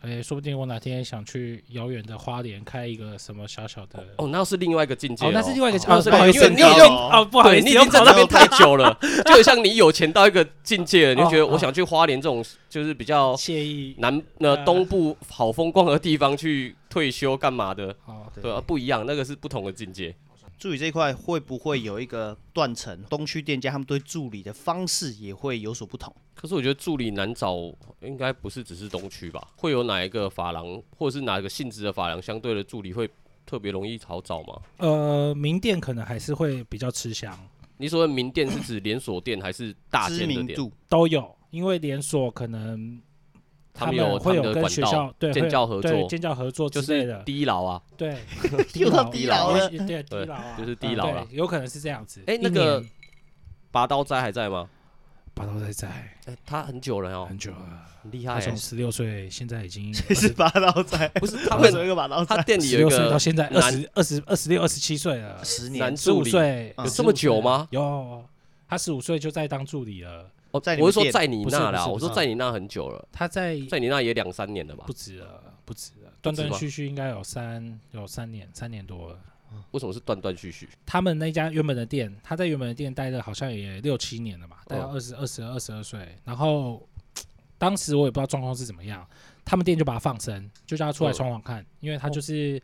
C: 哎，说不定我哪天想去遥远的花莲开一个什么小小的。
B: 哦，那是另外一个境界哦。
C: 哦，那是另外一个
B: 哦
C: 哦，
B: 是
C: 不好意
B: 因
C: 思，
B: 为
C: 你已
B: 你
C: 经
B: 有
C: 哦，不好
B: 对
C: 意
B: 你
C: 思，
B: 已
C: 又
B: 经在
C: 跑
B: 这
C: 到
B: 边太久了，就很像你有钱到一个境界了，你就觉得
C: 哦
B: 我想去花莲这种就是比较
C: 惬意。
B: 南呃
C: 呃
B: 东部好风光的地方去退休干嘛的？
C: 好，
B: 对啊，不一样，那个是不同的境界。
A: 助理这一块会不会有一个断层？东区店家他们对助理的方式也会有所不同。
B: 可是我觉得助理难找，应该不是只是东区吧？会有哪一个法郎，或者是哪一个性质的法郎，相对的助理会特别容易好找吗？
C: 呃，名店可能还是会比较吃香，
B: 你所谓名店是指连锁店还是大
A: 知
B: 间的
A: 名
B: 店？
A: 度，
C: 都有，因为连锁可能
B: 他们
C: 们
B: 有他
C: 会
B: 们
C: 有
B: 的
C: 跟
B: 管
C: 学
B: 道
C: 校对
B: 建
C: 会
B: 教合
C: 对
B: 作
C: 建教合作
B: 就
C: 之类
B: 是
C: 的，
B: 低劳啊。
C: 对，
A: 又到低
C: 劳
A: 劳了
C: 也对，低劳啊，
B: 就是低劳
C: 嗯
B: 啦
C: 对有可能是这样子。
B: 哎
C: 一
B: 那个
C: 年
B: 拔刀斋还在吗？
C: 拔刀在在
B: 哎，他很久了哦，
C: 很久了，
B: 很厉害
C: 他
B: 欸
C: 从。十六岁，现在已 经
A: 这是拔刀仔，
B: 不是他
A: 为什
B: 们，
A: 么又拔刀
B: 他
A: 仔？
B: 店里有
C: 十六
B: 一
C: 岁到
B: 个
C: 现在二
B: 男
C: 十二十二十六二十七岁了，
A: 十
B: 男
A: 年
C: 十
B: 助
C: 五
B: 理，
C: 岁
A: 嗯
B: 有这么久吗？
C: 有，他十五岁就在当助理了，
B: 哦
A: 在你
B: 我
A: 们
B: 是说
A: 店
B: 在你
C: 不是
B: 那
C: 不
B: 啦，
C: 是
B: 我
C: 不
B: 说
C: 是
B: 在你那很久了，
C: 他在
B: 在你那也两三年了吧
C: 不？止了，不止了，断断续续应该有三有三年三年多了。
B: 为什么是断断续续？
C: 他们那家原本的店，他在原本的店待了好像也六七年了嘛，待到
B: 嗯
C: 二十二十二十二岁。然后当时我也不知道状况是怎么样，他们店就把他放生，就叫他出
B: 嗯
C: 来闯闯看，因为他就是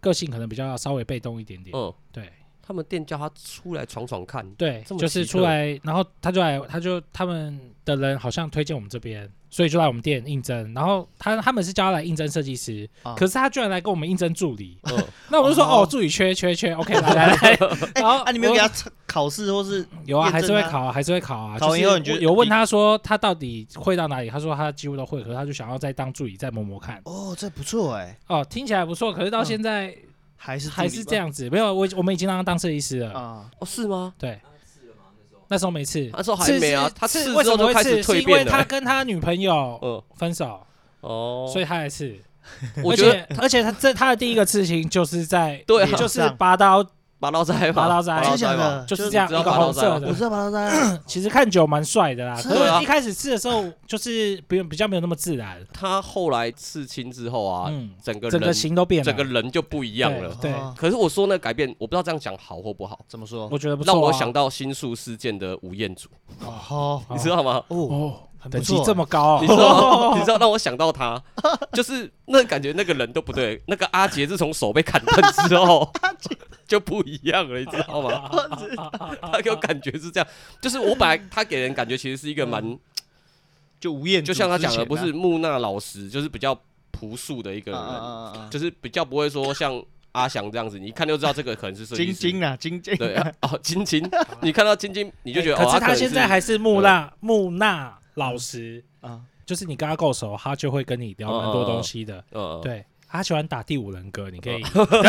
C: 个性可能比较稍微被动一点点。
B: 嗯，
C: 对
B: 他们店叫他出来闯闯看，
C: 对，
B: 这么
C: 就是
B: 奇
C: 出
B: 特
C: 来，然后他就来，他就他们的人好像推荐我们这边，所以就来我们店应征。然后他他们是叫他来应征设计师，
A: 啊
C: 可是他居然来跟我们应征助理。
B: 嗯，
C: 那我就说
A: 哦
C: 哦，助理缺缺缺，OK，来来来，
A: 哎
C: 然后
A: 啊，你没有
C: 我
A: 给他测考试或是
C: 有啊，
A: 验
C: 还是
A: 证
C: 会
A: 啊
C: 考啊，还是会考啊。
A: 考完
C: 就是
A: 以后你觉得
C: 我有问
A: 你
C: 他说他到底会到哪里？他说他几乎都会，可是他就想要再当助理再磨磨看。
A: 哦，这不错哎，
C: 哦，听起来不错，可是到
A: 嗯
C: 现在
A: 还是
C: 还
A: 助理
C: 是
A: 吧
C: 这样子。没有，我我们已经让他当设计师了。
A: 啊，
B: 哦是吗？
C: 对，那时候没刺，
B: 那时候还
C: 刺
B: 没啊
C: 是
B: 他
C: 刺
B: 刺
C: 为
B: 之后
C: 什么
B: 就
C: 会
B: 开始
C: 刺？是
B: 蜕
C: 因为
B: 变了
C: 他跟他 女朋友
B: 嗯，
C: 分手，
B: 哦，
C: 所以他还刺。
B: 我
C: 而
B: 觉得
C: 且而且他这他的第一个刺青就是在
B: 对啊
C: 就是拔刀，
B: 拔刀斋吧，
C: 拔刀斋
A: 真
B: 拔刀
A: 的假
B: 斋吧，
A: 的？
C: 就是这样
B: 你
C: 一
B: 知道
C: 个
B: 拔刀
C: 红
B: 斋吗
C: 色的
A: 我。知道拔刀 仔，
C: 其实看久蛮帅的啦，
A: 是
C: 可
B: 啊
C: 是一开始吃的时候就是比比较没有那么自然，
B: 他后来刺青之后啊，
C: 嗯，
B: 整个
C: 整个
B: 人
C: 型都变了，
B: 整个人就不一样
C: 对
B: 了。
C: 对
A: 哦
B: 可是我说那个改变，我不知道这样讲好或不好，
A: 怎么说？
C: 我觉得不错、啊，
B: 让我想到新宿事件的吴彦祖，
A: 哦
C: 哦
B: 你知道吗？
A: 哦，
C: 哦，
A: 很不
C: 等级
A: 错
C: 这么高、
B: 你知
C: 哦，
B: 道，你知道让我想到他，就是那感觉那个人都不对。那个阿杰自从手被砍断之 后，就不一样了，你知道吗？
A: 哦
B: 他给我感觉是这样，就是我本来他给人感觉其实是一个蛮，
C: 嗯
A: 就吴彦祖
B: 就
A: 之前啊，
B: 像他讲的，不是木讷老实，就是比较朴素的一个
A: 啊啊
B: 人，
A: 啊啊，
B: 就是比较不会说像阿翔这样子，你一看就知道这个可能是设计
A: 晶
B: 师。
A: 晶啊，晶晶，
B: 对，啊哦，晶 晶，你看到晶晶，你就觉得
C: 哎可
B: 哦，
C: 是
B: 可能
C: 现在还是木讷木讷老实，
A: 啊，
C: 就是你跟他够熟，他就会跟你聊
B: 哦
C: 蛮多东西的，
B: 嗯，
C: 对。他喜欢打第五人格，你可以，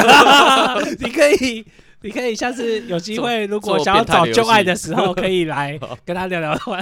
C: 你可以，你可以下次有机会，如果
B: 哦做
C: 想要
B: 变态
C: 找
B: 的游
C: 旧爱
B: 戏哦
C: 的时候，可以来 跟他聊聊完。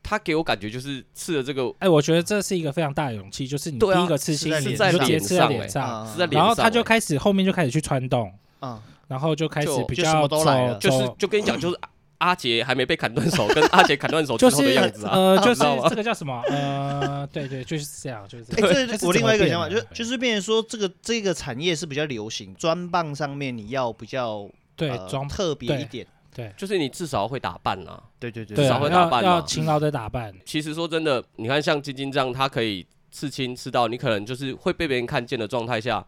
B: 他给我感觉就是刺了这个
C: 哎，我觉得这是一个非常大的勇气，就是你第
B: 对啊
C: 一个刺青，
A: 是在
C: 你
A: 脸
C: 就直
B: 上
C: 接刺在
B: 欸
C: 脸上，
A: 啊
B: 是在脸
C: 然后他
B: 上
C: 就
B: 欸
C: 开始后面就开始去穿洞，
A: 啊，
C: 然后就开始
B: 就
C: 比
A: 就什
C: 较
A: 么
C: 走
A: 都来了
C: 走
B: 就是就跟你 讲，就是阿阿杰还没被砍断手，跟阿杰砍断手之
C: 就
B: 后的
C: 是
B: 样子啊。
C: 呃就是
B: 知道吗
C: 这个叫什么呃对对就是这样就是这
A: 哎、
C: 样。
A: 这是我另外一个想法，就
C: 就是是
A: 就是变成说，这个这个产业是比较流行，专棒上面你要比较
C: 对
A: 呃
C: 装
A: 特别一点，
C: 对
B: 就是你至少会打扮啊。
A: 对对对
C: 对
B: 少
C: 啊，
B: 会打
C: 要
B: 扮
C: 要
B: 嘛
C: 勤劳的打扮，
B: 其实说真的，你看像晶晶这样，她可以刺青刺到你可能就是会被别人看见的状态下，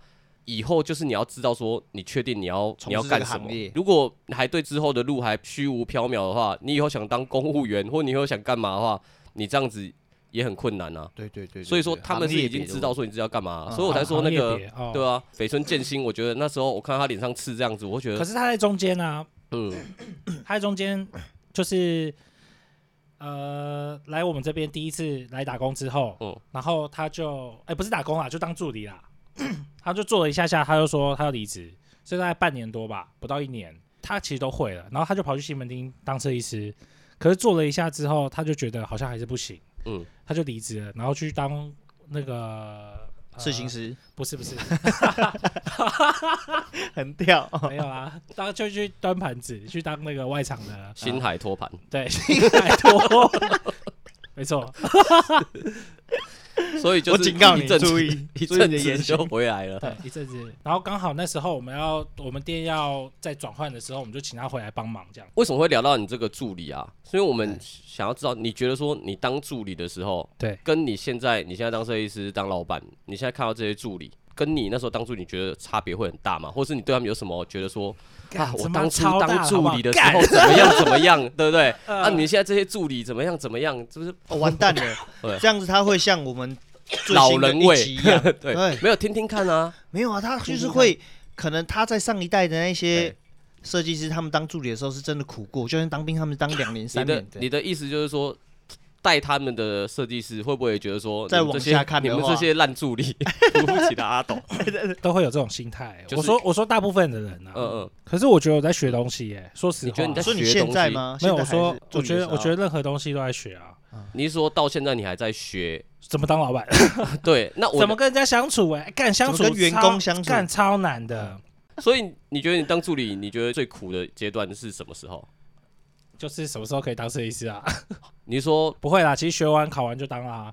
B: 以后就是你要知道说你确定你要
A: 从事
B: 你要干
A: 这
B: 什
A: 个
B: 么
A: 行业。
B: 如果你还对之后的路还虚无缥缈的话，你以后想当公务员或你以后想干嘛的话，你这样子也很困难啊。
A: 对对对对，
B: 所以说他们是
A: 行业
B: 已经
A: 别的
B: 知道说你知道要干嘛，
A: 嗯
B: 所以我才说那
C: 行
B: 个
C: 业别哦
B: 对啊，北村剑心，我觉得那时候我看他脸上刺这样子，我觉
C: 可
B: 得
C: 是他在中间啊，
B: 嗯，
C: 他在中间就是呃来我们这边第一次来打工之后，
B: 嗯
C: 然后他就哎、不是打工啦，就当助理啦， 他就做了一下下，他就说他要离职，所以大概半年多吧，不到一年，他其实都会了，然后他就跑去西门町当设计师，可是做了一下之后，他就觉得好像还是不行，
B: 嗯，
A: 啊
C: 他就离职了，然后去当那个。呃
A: 刺青师
C: 不是不是
A: 很屌，
C: 没有啦，当就去端盘子，去当那个外场的呃
B: 星海托盘，
C: 对，拜托， 没错，
B: 所以就
A: 我
B: 是
A: 警告
B: 一
A: 你
B: 阵子
A: 注 意
B: 一
A: 注意
B: 阵
A: 你的
B: 子
A: 言
B: 就
A: 行，
B: 回来了。
C: 对，一阵子。然后刚好那时候我们要我们店要在转换的时候，我们就请他回来帮忙，这样。
B: 为什么会聊到你这个助理啊？所以我们想要知道，你觉得说你当助理的时候，
C: 对，
B: 跟你现在你现在当设计师、当老板，你现在看到这些助理，跟你那时候当助理，你觉得差别会很大吗？或是你对他们有什么觉得说啊，我
C: 怎么
B: 当初
C: 超大
B: 当
C: 好
B: 助
C: 不好
B: 理的时候怎么样 怎么样，对不对？
A: 嗯
C: 呃
B: 啊，你现在这些助理怎么样怎么样，就是
A: 哦完蛋了
B: 对，啊
A: 这样子他会像我们最
B: 老
A: 新的
B: 人
A: 一
B: 味
A: 集一啊样，
B: 对
A: 对，
B: 没有听听看 啊，
A: 没有啊，他就是
C: 看
A: 会，可能他在上一代的那些
B: 对
A: 设计师，他们当助理的时候是真的苦过，就像当兵他们当两年
B: 你
A: 三
B: 的
A: 年
B: 你的意思就是说。带他们的设计师会不会觉得说，
A: 再
B: 你们这
A: 往
B: 些
A: 下看
B: 你
A: 的
B: 们
A: 话
B: 这些烂助理 扶不起的阿斗？
C: 都会有这种心态。
B: 就是
C: 我说我说大部分的人啊，
B: 嗯嗯，
C: 可是我觉得我在学东西耶、说实话，
B: 你觉得你在
A: 所以你
B: 学
A: 现
B: 东
A: 在
B: 西
A: 吗？
C: 没有？
A: 现
C: 我
A: 在还
C: 说
A: 是助
C: 我
A: 理
C: 觉
A: 的
C: 得
A: 时
C: 我
A: 候
C: 觉得任何东西都在学啊，
B: 你是说到现在你还在学？
C: 怎么当老板，
B: 对，那我
C: 怎么跟人家相处、哎，干相处
A: 怎么跟员
C: 超
A: 工相处嗯
C: 干超难的，
B: 所以你觉得你当助理，你觉得最苦的阶段是什么时候？
C: 就是什么时候可以当设计师啊？
B: 你说
C: 不会啦，其实学完考完就当啦、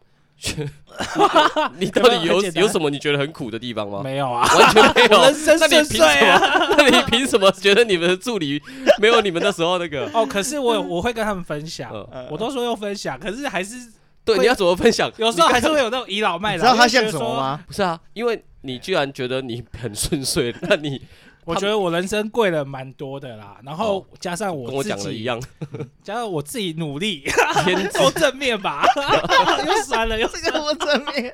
B: 你到底
C: 有没
B: 有
C: 有很简单
B: 有什么你觉得很苦的地方吗？
C: 没 有啊，
B: 完全没有，
C: 我人生
B: 那你
C: 顺
B: 凭
C: 遂
B: 什
C: 啊。？
B: 么？那你凭什么觉得你们的助理没有你们那时候那个
C: 哦，可是我有我会跟他们分享，
B: 嗯，
A: 呃
C: 我都说要分享，可是还是
B: 对，
C: 会
B: 你要怎么分享？
C: 有时候还是会有那种倚老卖
A: 你
C: 老。
A: 知道他
C: 就觉
A: 像
C: 得
A: 什
C: 说
A: 么？吗？
B: 不是啊，因为你居然觉得你很顺遂，那你
C: 我觉得我人生贵了蛮多的啦，然后
B: 哦
C: 加上
B: 跟
C: 我
B: 我
C: 自
B: 讲的
C: 己，
B: 一样，
C: 加上我自己努力，
B: 天
C: 够正面吧？ 又酸了又。
A: 这个我正面，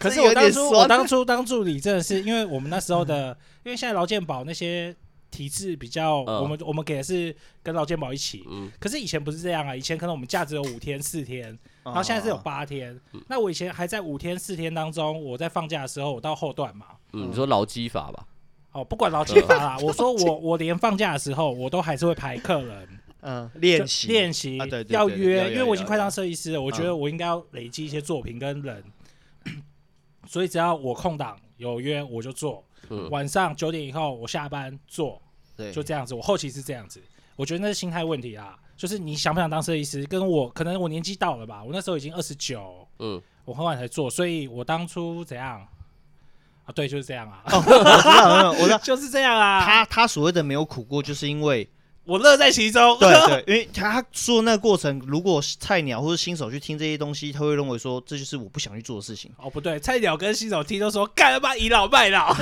C: 可是
A: 这
C: 我
A: 有
C: 当
A: 点
C: 初
A: 酸
C: 我当初当助理真的是，因为我们那时候的，因为现在劳健保那些体制比较，
B: 嗯
C: 我们我们给的是跟劳健保一起。
B: 嗯，
C: 可是以前不是这样啊，以前可能我们假只有五天四天，
B: 啊
C: 然后现在是有
A: 哦
C: 八天。
B: 嗯
C: 那我以前还在五天四天当中，我在放假的时候，我到后段嘛，
B: 嗯，你说劳基法吧，
C: 哦，不管劳
B: 嗯
C: 基法啦，我说我 我连放假的时候，我都还是会排客人
A: 嗯练习
C: 就练习
A: 啊对对对
C: 要
A: 对要
C: 约，
A: 要
C: 因为我已经
A: 要
C: 快当
A: 要嗯
C: 设计师了，我觉得我应该要累积一些作品跟人， 所以只要我空档有约我就做，
B: 嗯，
C: 晚上九点以后我下班做，
A: 对
C: 就这样子。我后期是这样子，我觉得那是心态问题啦，就是你想不想当设计师，跟我可能我年纪到了吧，我那时候已经二十九，
B: 嗯，
C: 我很晚才做，所以我当初怎样啊？对，就是这样啊，。
A: 我知道，没有我知道
C: 就是这样 啊。
A: 哦他他所谓的没有苦过，就是因为
C: 我乐在其中。
A: 对对，因为他他说那个过程，如果是菜鸟或者新手去听这些东西，他会认为说这就是我不想去做的事情，
C: 哦，不对，菜鸟跟新手踢都说干他妈倚老卖老，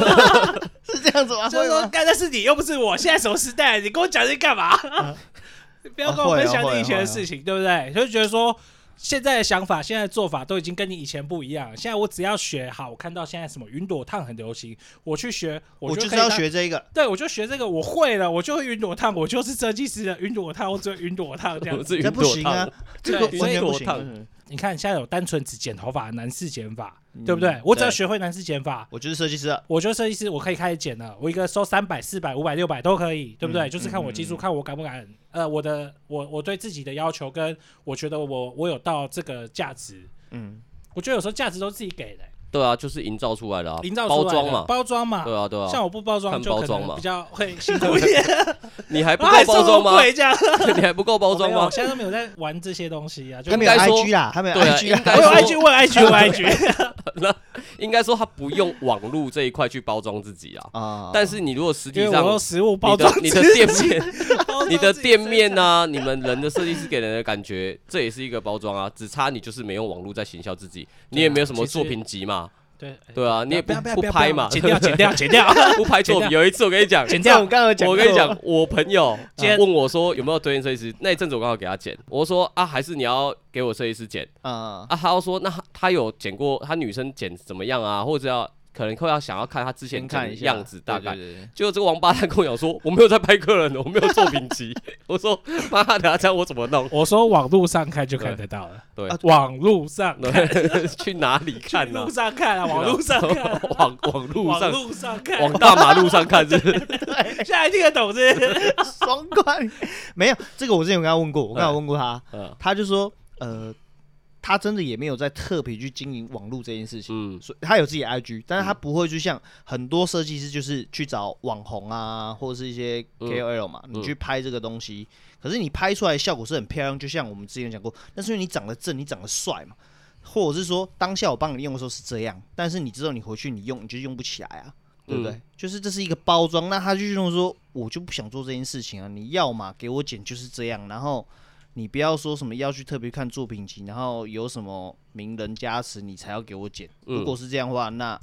A: 是这样子吗？
C: 就
A: 啊
C: 是
A: 会
C: 说
A: 吗
C: 干那是你又不是我，现在什么时代？你跟我讲这干嘛？
A: 啊
C: 不要跟我分享你以前的事情，对不对？就觉得说现在的想法、现在的做法都已经跟你以前不一样了。现在我只要学好，我看到现在什么云朵烫很流行，我去学，
A: 我就
C: 就可
A: 是
C: 以
A: 要
C: 当。
A: 学这个，
C: 对，我就学这个，我会了，我就会云朵烫，我就是设计师的云朵烫，我只会云朵烫这样
B: 我
C: 子。
B: 是
A: 这
B: 云
A: 不
B: 朵
A: 行啊
B: 烫，，
A: 这
C: 对
A: 个完
B: 云
A: 全
B: 朵
A: 不行
B: 烫
A: 嗯。
C: 你看，现在有单纯只剪头发、男士剪法，
A: 嗯
C: 对不对？我只要
A: 对
C: 学会男士剪法，
A: 我就是设计师啊，
C: 我觉得设计师我可以开始剪了，我一个收三百、四百、五百、六百都可以，对不对？
A: 嗯
C: 就是看我技术，看我敢不敢，呃，我的我我对自己的要求，跟我觉得我我有到这个价值，
A: 嗯，
C: 我觉得有时候价值都是自己给的、
B: 对啊，就是营造出来的啊，
C: 营造出
B: 包
C: 来的
B: 装嘛，
C: 包装嘛，
B: 对啊对啊，
C: 像我不包装
B: 看
C: 就
B: 包
C: 可
B: 装嘛
C: 能比较会辛苦一点，
B: 你还不够
C: 然后还
B: 包装
C: 收
B: 吗？
C: 贵这样
B: 你还不够包装
C: 我没有
B: 吗
C: 我？现在都没有在玩这些东西啊，就
A: 他没
C: 我
A: 有
B: 应该说
A: IG 啦，他没有
B: 对啊
A: IG 啦
B: 应该
C: 有
B: 说
C: IG 问 IG 问 IG，
B: 那应该说他不用网络这一块去包装自己啊。
A: 啊，
B: 但是你如果实际
C: 因为
B: 上
C: 我用食物包
B: 你
C: 装
B: 的你的
C: 自
B: 店
C: 己
B: 面，
C: 包
B: 你的
C: 自己
B: 店
C: 身
B: 面
C: 上
B: 啊，你们人的设计师给人的感觉，这也是一个包装啊，只差你就是没用网络在行销自己，你也没有什么
C: 啊其实
B: 作品集嘛，
C: 对哎
B: 对啊，你也
C: 不
B: 不
C: 要不要
B: 不
C: 要要
B: 拍嘛，
C: 剪掉剪掉剪掉，
B: 不拍作
C: 剪
B: 品。有一次我跟你讲，
C: 剪
A: 这
C: 掉
A: 我刚刚有讲，
B: 我跟你 讲，，我朋友
C: 今天
B: 问我说有没有推荐设计师，那一阵子我刚好给他剪，我说啊，还是你要给我设计师剪
A: 啊，
B: 啊，他要说那他他有剪过，他女生剪怎么样啊，或者要可能会要想要看他之前
A: 先
B: 剪
A: 看
B: 的
A: 一下
B: 样子大概
A: 对。对对
B: 结果这个王八蛋跟我讲说，我没有在拍客人的，我没有作品集。 我说妈的，这样我怎么 弄？
C: 我说网路上看就看得到了，
B: 对
A: 啊，
C: 网路上看，
B: 对去哪里看
C: 去
B: 呢
C: 路？上看啊，网路 上看啊，
B: 网网路
C: 网
B: 上，
C: 路上看，
B: 往大马路上看是不 是？
C: 现在听得懂是不是？
A: 双关没有这个，我之前有跟他问过，我刚有问过他，
B: 嗯
A: 他就说，呃，他真的也没有在特别去经营网络这件事情。
B: 嗯，
A: 所以他有自己的 IG，但是他不会去像很多设计师，就是去找网红啊，或者是一些
B: 嗯
A: KOL 嘛，
B: 嗯
A: 你去拍这个东西。可是你拍出来的效果是很漂亮，就像我们之前讲过，但是因为你长得正，你长得帅嘛，或者是说当下我帮你用的时候是这样，但是你之后你回去你用你就用不起来啊，对不对？
B: 嗯
A: 就是这是一个包装，那他就用说，我就不想做这件事情啊，你要嘛给我剪就是这样，然后。你不要说什么要去特别看作品集，然后有什么名人加持，你才要给我剪。
B: 嗯
A: 如果是这样的话，那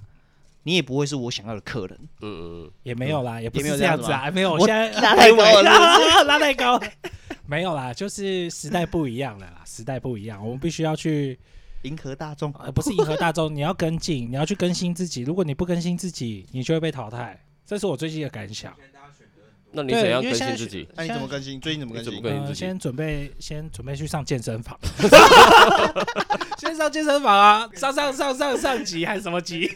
A: 你也不会是我想要的客人。
B: 嗯嗯
C: 也没有啦，也不
A: 也没有
C: 是
A: 这
C: 这
A: 样
C: 样子 啊，没有，
A: 我
C: 我现在
A: 拉太高了是不
C: 拉拉太高了， 没有啦，就是时代不一样了啦，时代不一样，我们必须要去
A: 迎合大众，
C: 呃，不是迎合大众，你要跟 进，你要去更新自己。如果你不更新自己，你就会被淘汰。这是我最近的感想。
B: 嗯，那你怎样更新自己？
A: 那、你怎么更新？最近怎么更
B: 你
A: 新
B: 怎？么更新自
C: 呃，
B: 己
C: 先准备，先准备去上健身 房，先上健身房啊！上上上上上级还是什么级？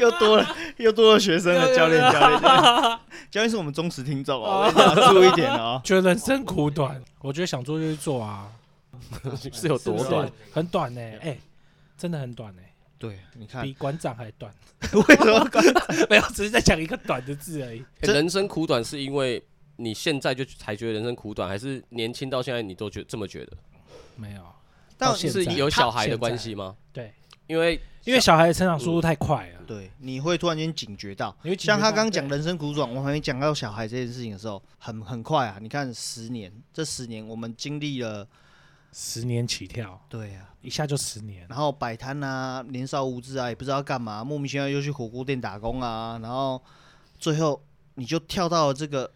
A: 又多了又多了学生了，教练教练教练，
C: 练，。
A: 教练是我们忠实听众哦，我 跟你讲注意一点哦
C: 觉得人生苦短，我觉得想做就去做啊，
B: 是有多
C: 是不是
B: 短？
C: 很短呢、哎、真的很短呢、
A: 对，你看
C: 比馆长还短。
A: 为什么？
C: 没有，只是在讲一个“短”的字而已。
B: 欸
A: 这
B: 人生苦短是因为你现在就才觉得人生苦短，还是年轻到现在你都觉这么觉得？
C: 没有，
A: 但
C: 到现
B: 是
C: 在
B: 有小孩
C: 现
B: 的
C: 在
B: 关系吗？
C: 对，嗯
B: 因为
C: 因为小孩的成长速度太快了。
A: 对，你会突然间警觉到，
C: 因为
A: 像他刚刚讲
C: 的，
A: 人生苦短，我还没讲到小孩这件事情的时候，很很快啊！你看十年，这十年我们经历了，
C: 十年起跳，
A: 对啊，
C: 一下就十年。
A: 然后摆摊啊，年少无知啊，也不知道干嘛，莫名其妙又去火锅店打工啊，然后最后你就跳到了这个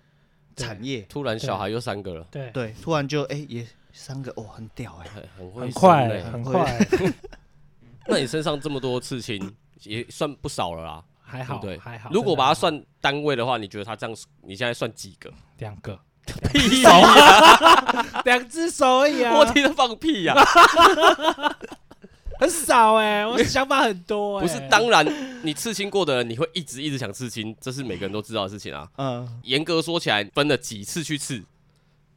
A: 产业，
B: 突然小孩又三个了，
C: 对，
A: 对，突然就哎、也三个哦，很屌 哎、
B: 很很会
C: 很
B: 生
C: 快，
B: 欸
C: 很
A: 会
C: 快，
B: 那你身上这么多刺青， 也算不少了啦。
C: 还好，
B: 对
C: 还好。
B: 如果
C: 真的
B: 把它
C: 还好
B: 算单位的话，你觉得它这样，你现在算几个？
C: 两个，
B: 屁
C: 啊
B: 呀！
C: 两只手而已 啊，
B: 我听他放屁 呀！
C: 很少
A: 欸
C: 哎，我想法很多哎，
B: 不是，当然你刺青过的人，你会一直一直想刺青，这是每个人都知道的事情啊。
A: 嗯，
B: 严格说起来，分了几次去刺，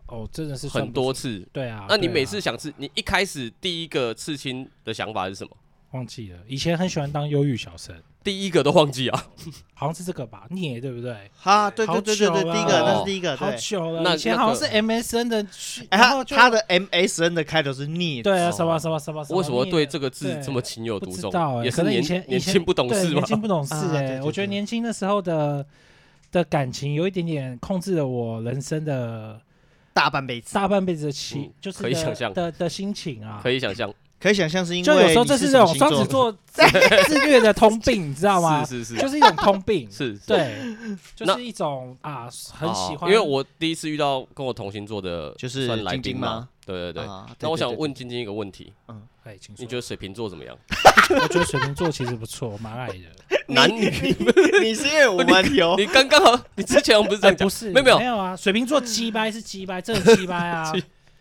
C: 哦，真的是算
B: 很
C: 不
B: 多
C: 出，
B: 次。
C: 对啊。
B: 那你
C: 对啊
B: 每次想刺，你一开始第一个刺青的想法是什么？
C: 忘记了，以前很喜欢当忧郁小生，
B: 第一个都忘记啊，
C: 好像是这个吧，聂对不对？
A: 哈，对
C: 好
A: 对对对对，
C: 久
A: 第一
B: 了
A: 个那
B: 哦
A: 是第一个，
C: 好
A: 对，
C: 久
B: 那
C: 了，以前好像是 MSN 的去，
A: 哎、
C: 然
A: 他
C: 后就
A: 他的 MSN 的开头是逆，
C: 对啊，
B: 哦
C: 什么什么什么，什
B: 为什么
C: 聂
B: 对这个字
C: 对
B: 这么情有
C: 不
B: 独
C: 知
B: 钟
C: 道？哎，
B: 也
C: 可
B: 是
C: 能以
B: 年
C: 前以
B: 年
C: 前
B: 轻不懂
C: 对
B: 事嘛
C: 年。轻不懂事
A: 啊
C: 哎、
A: 对对
C: 我觉
A: 对
C: 得年轻的时候的的感情有一点点控制了我人生的
A: 大半辈子，
C: 大半辈子的期，
B: 嗯
C: 就是
B: 可以
C: 的
B: 想象
C: 的的心情啊
B: 可。以想象，
A: 可以想象是因为
C: 就有时候
A: 你
C: 这是
A: 什
C: 这
A: 么
C: 种
A: 星
C: 双
A: 座
C: 子座 自自虐的通病，你知道吗？
B: 是是
C: 就是是一种通病，
B: 是，是
C: 对， 就
B: 那
C: 是一种啊，很喜
B: 哦
C: 欢。
B: 因为我第一次遇到跟我同星座的，
A: 就是
B: 算来
A: 晶
B: 宾
A: 晶
B: 嘛
A: 吗。
B: 对对对。
A: 啊对
B: 那我
A: 对
B: 想
A: 对
B: 问晶晶一个问题，
C: 哎，请说
B: 你觉得水瓶座 怎么样？
C: 我觉得水瓶座其实不错，我蛮 爱的。
B: 男女？
A: 对你 是因为我们有
B: 你刚刚好，你之前不是这
C: 哎，
B: 样讲
C: 不？是，
B: 没有没有
C: 没有啊，水瓶座鸡掰是鸡掰，真的鸡掰 啊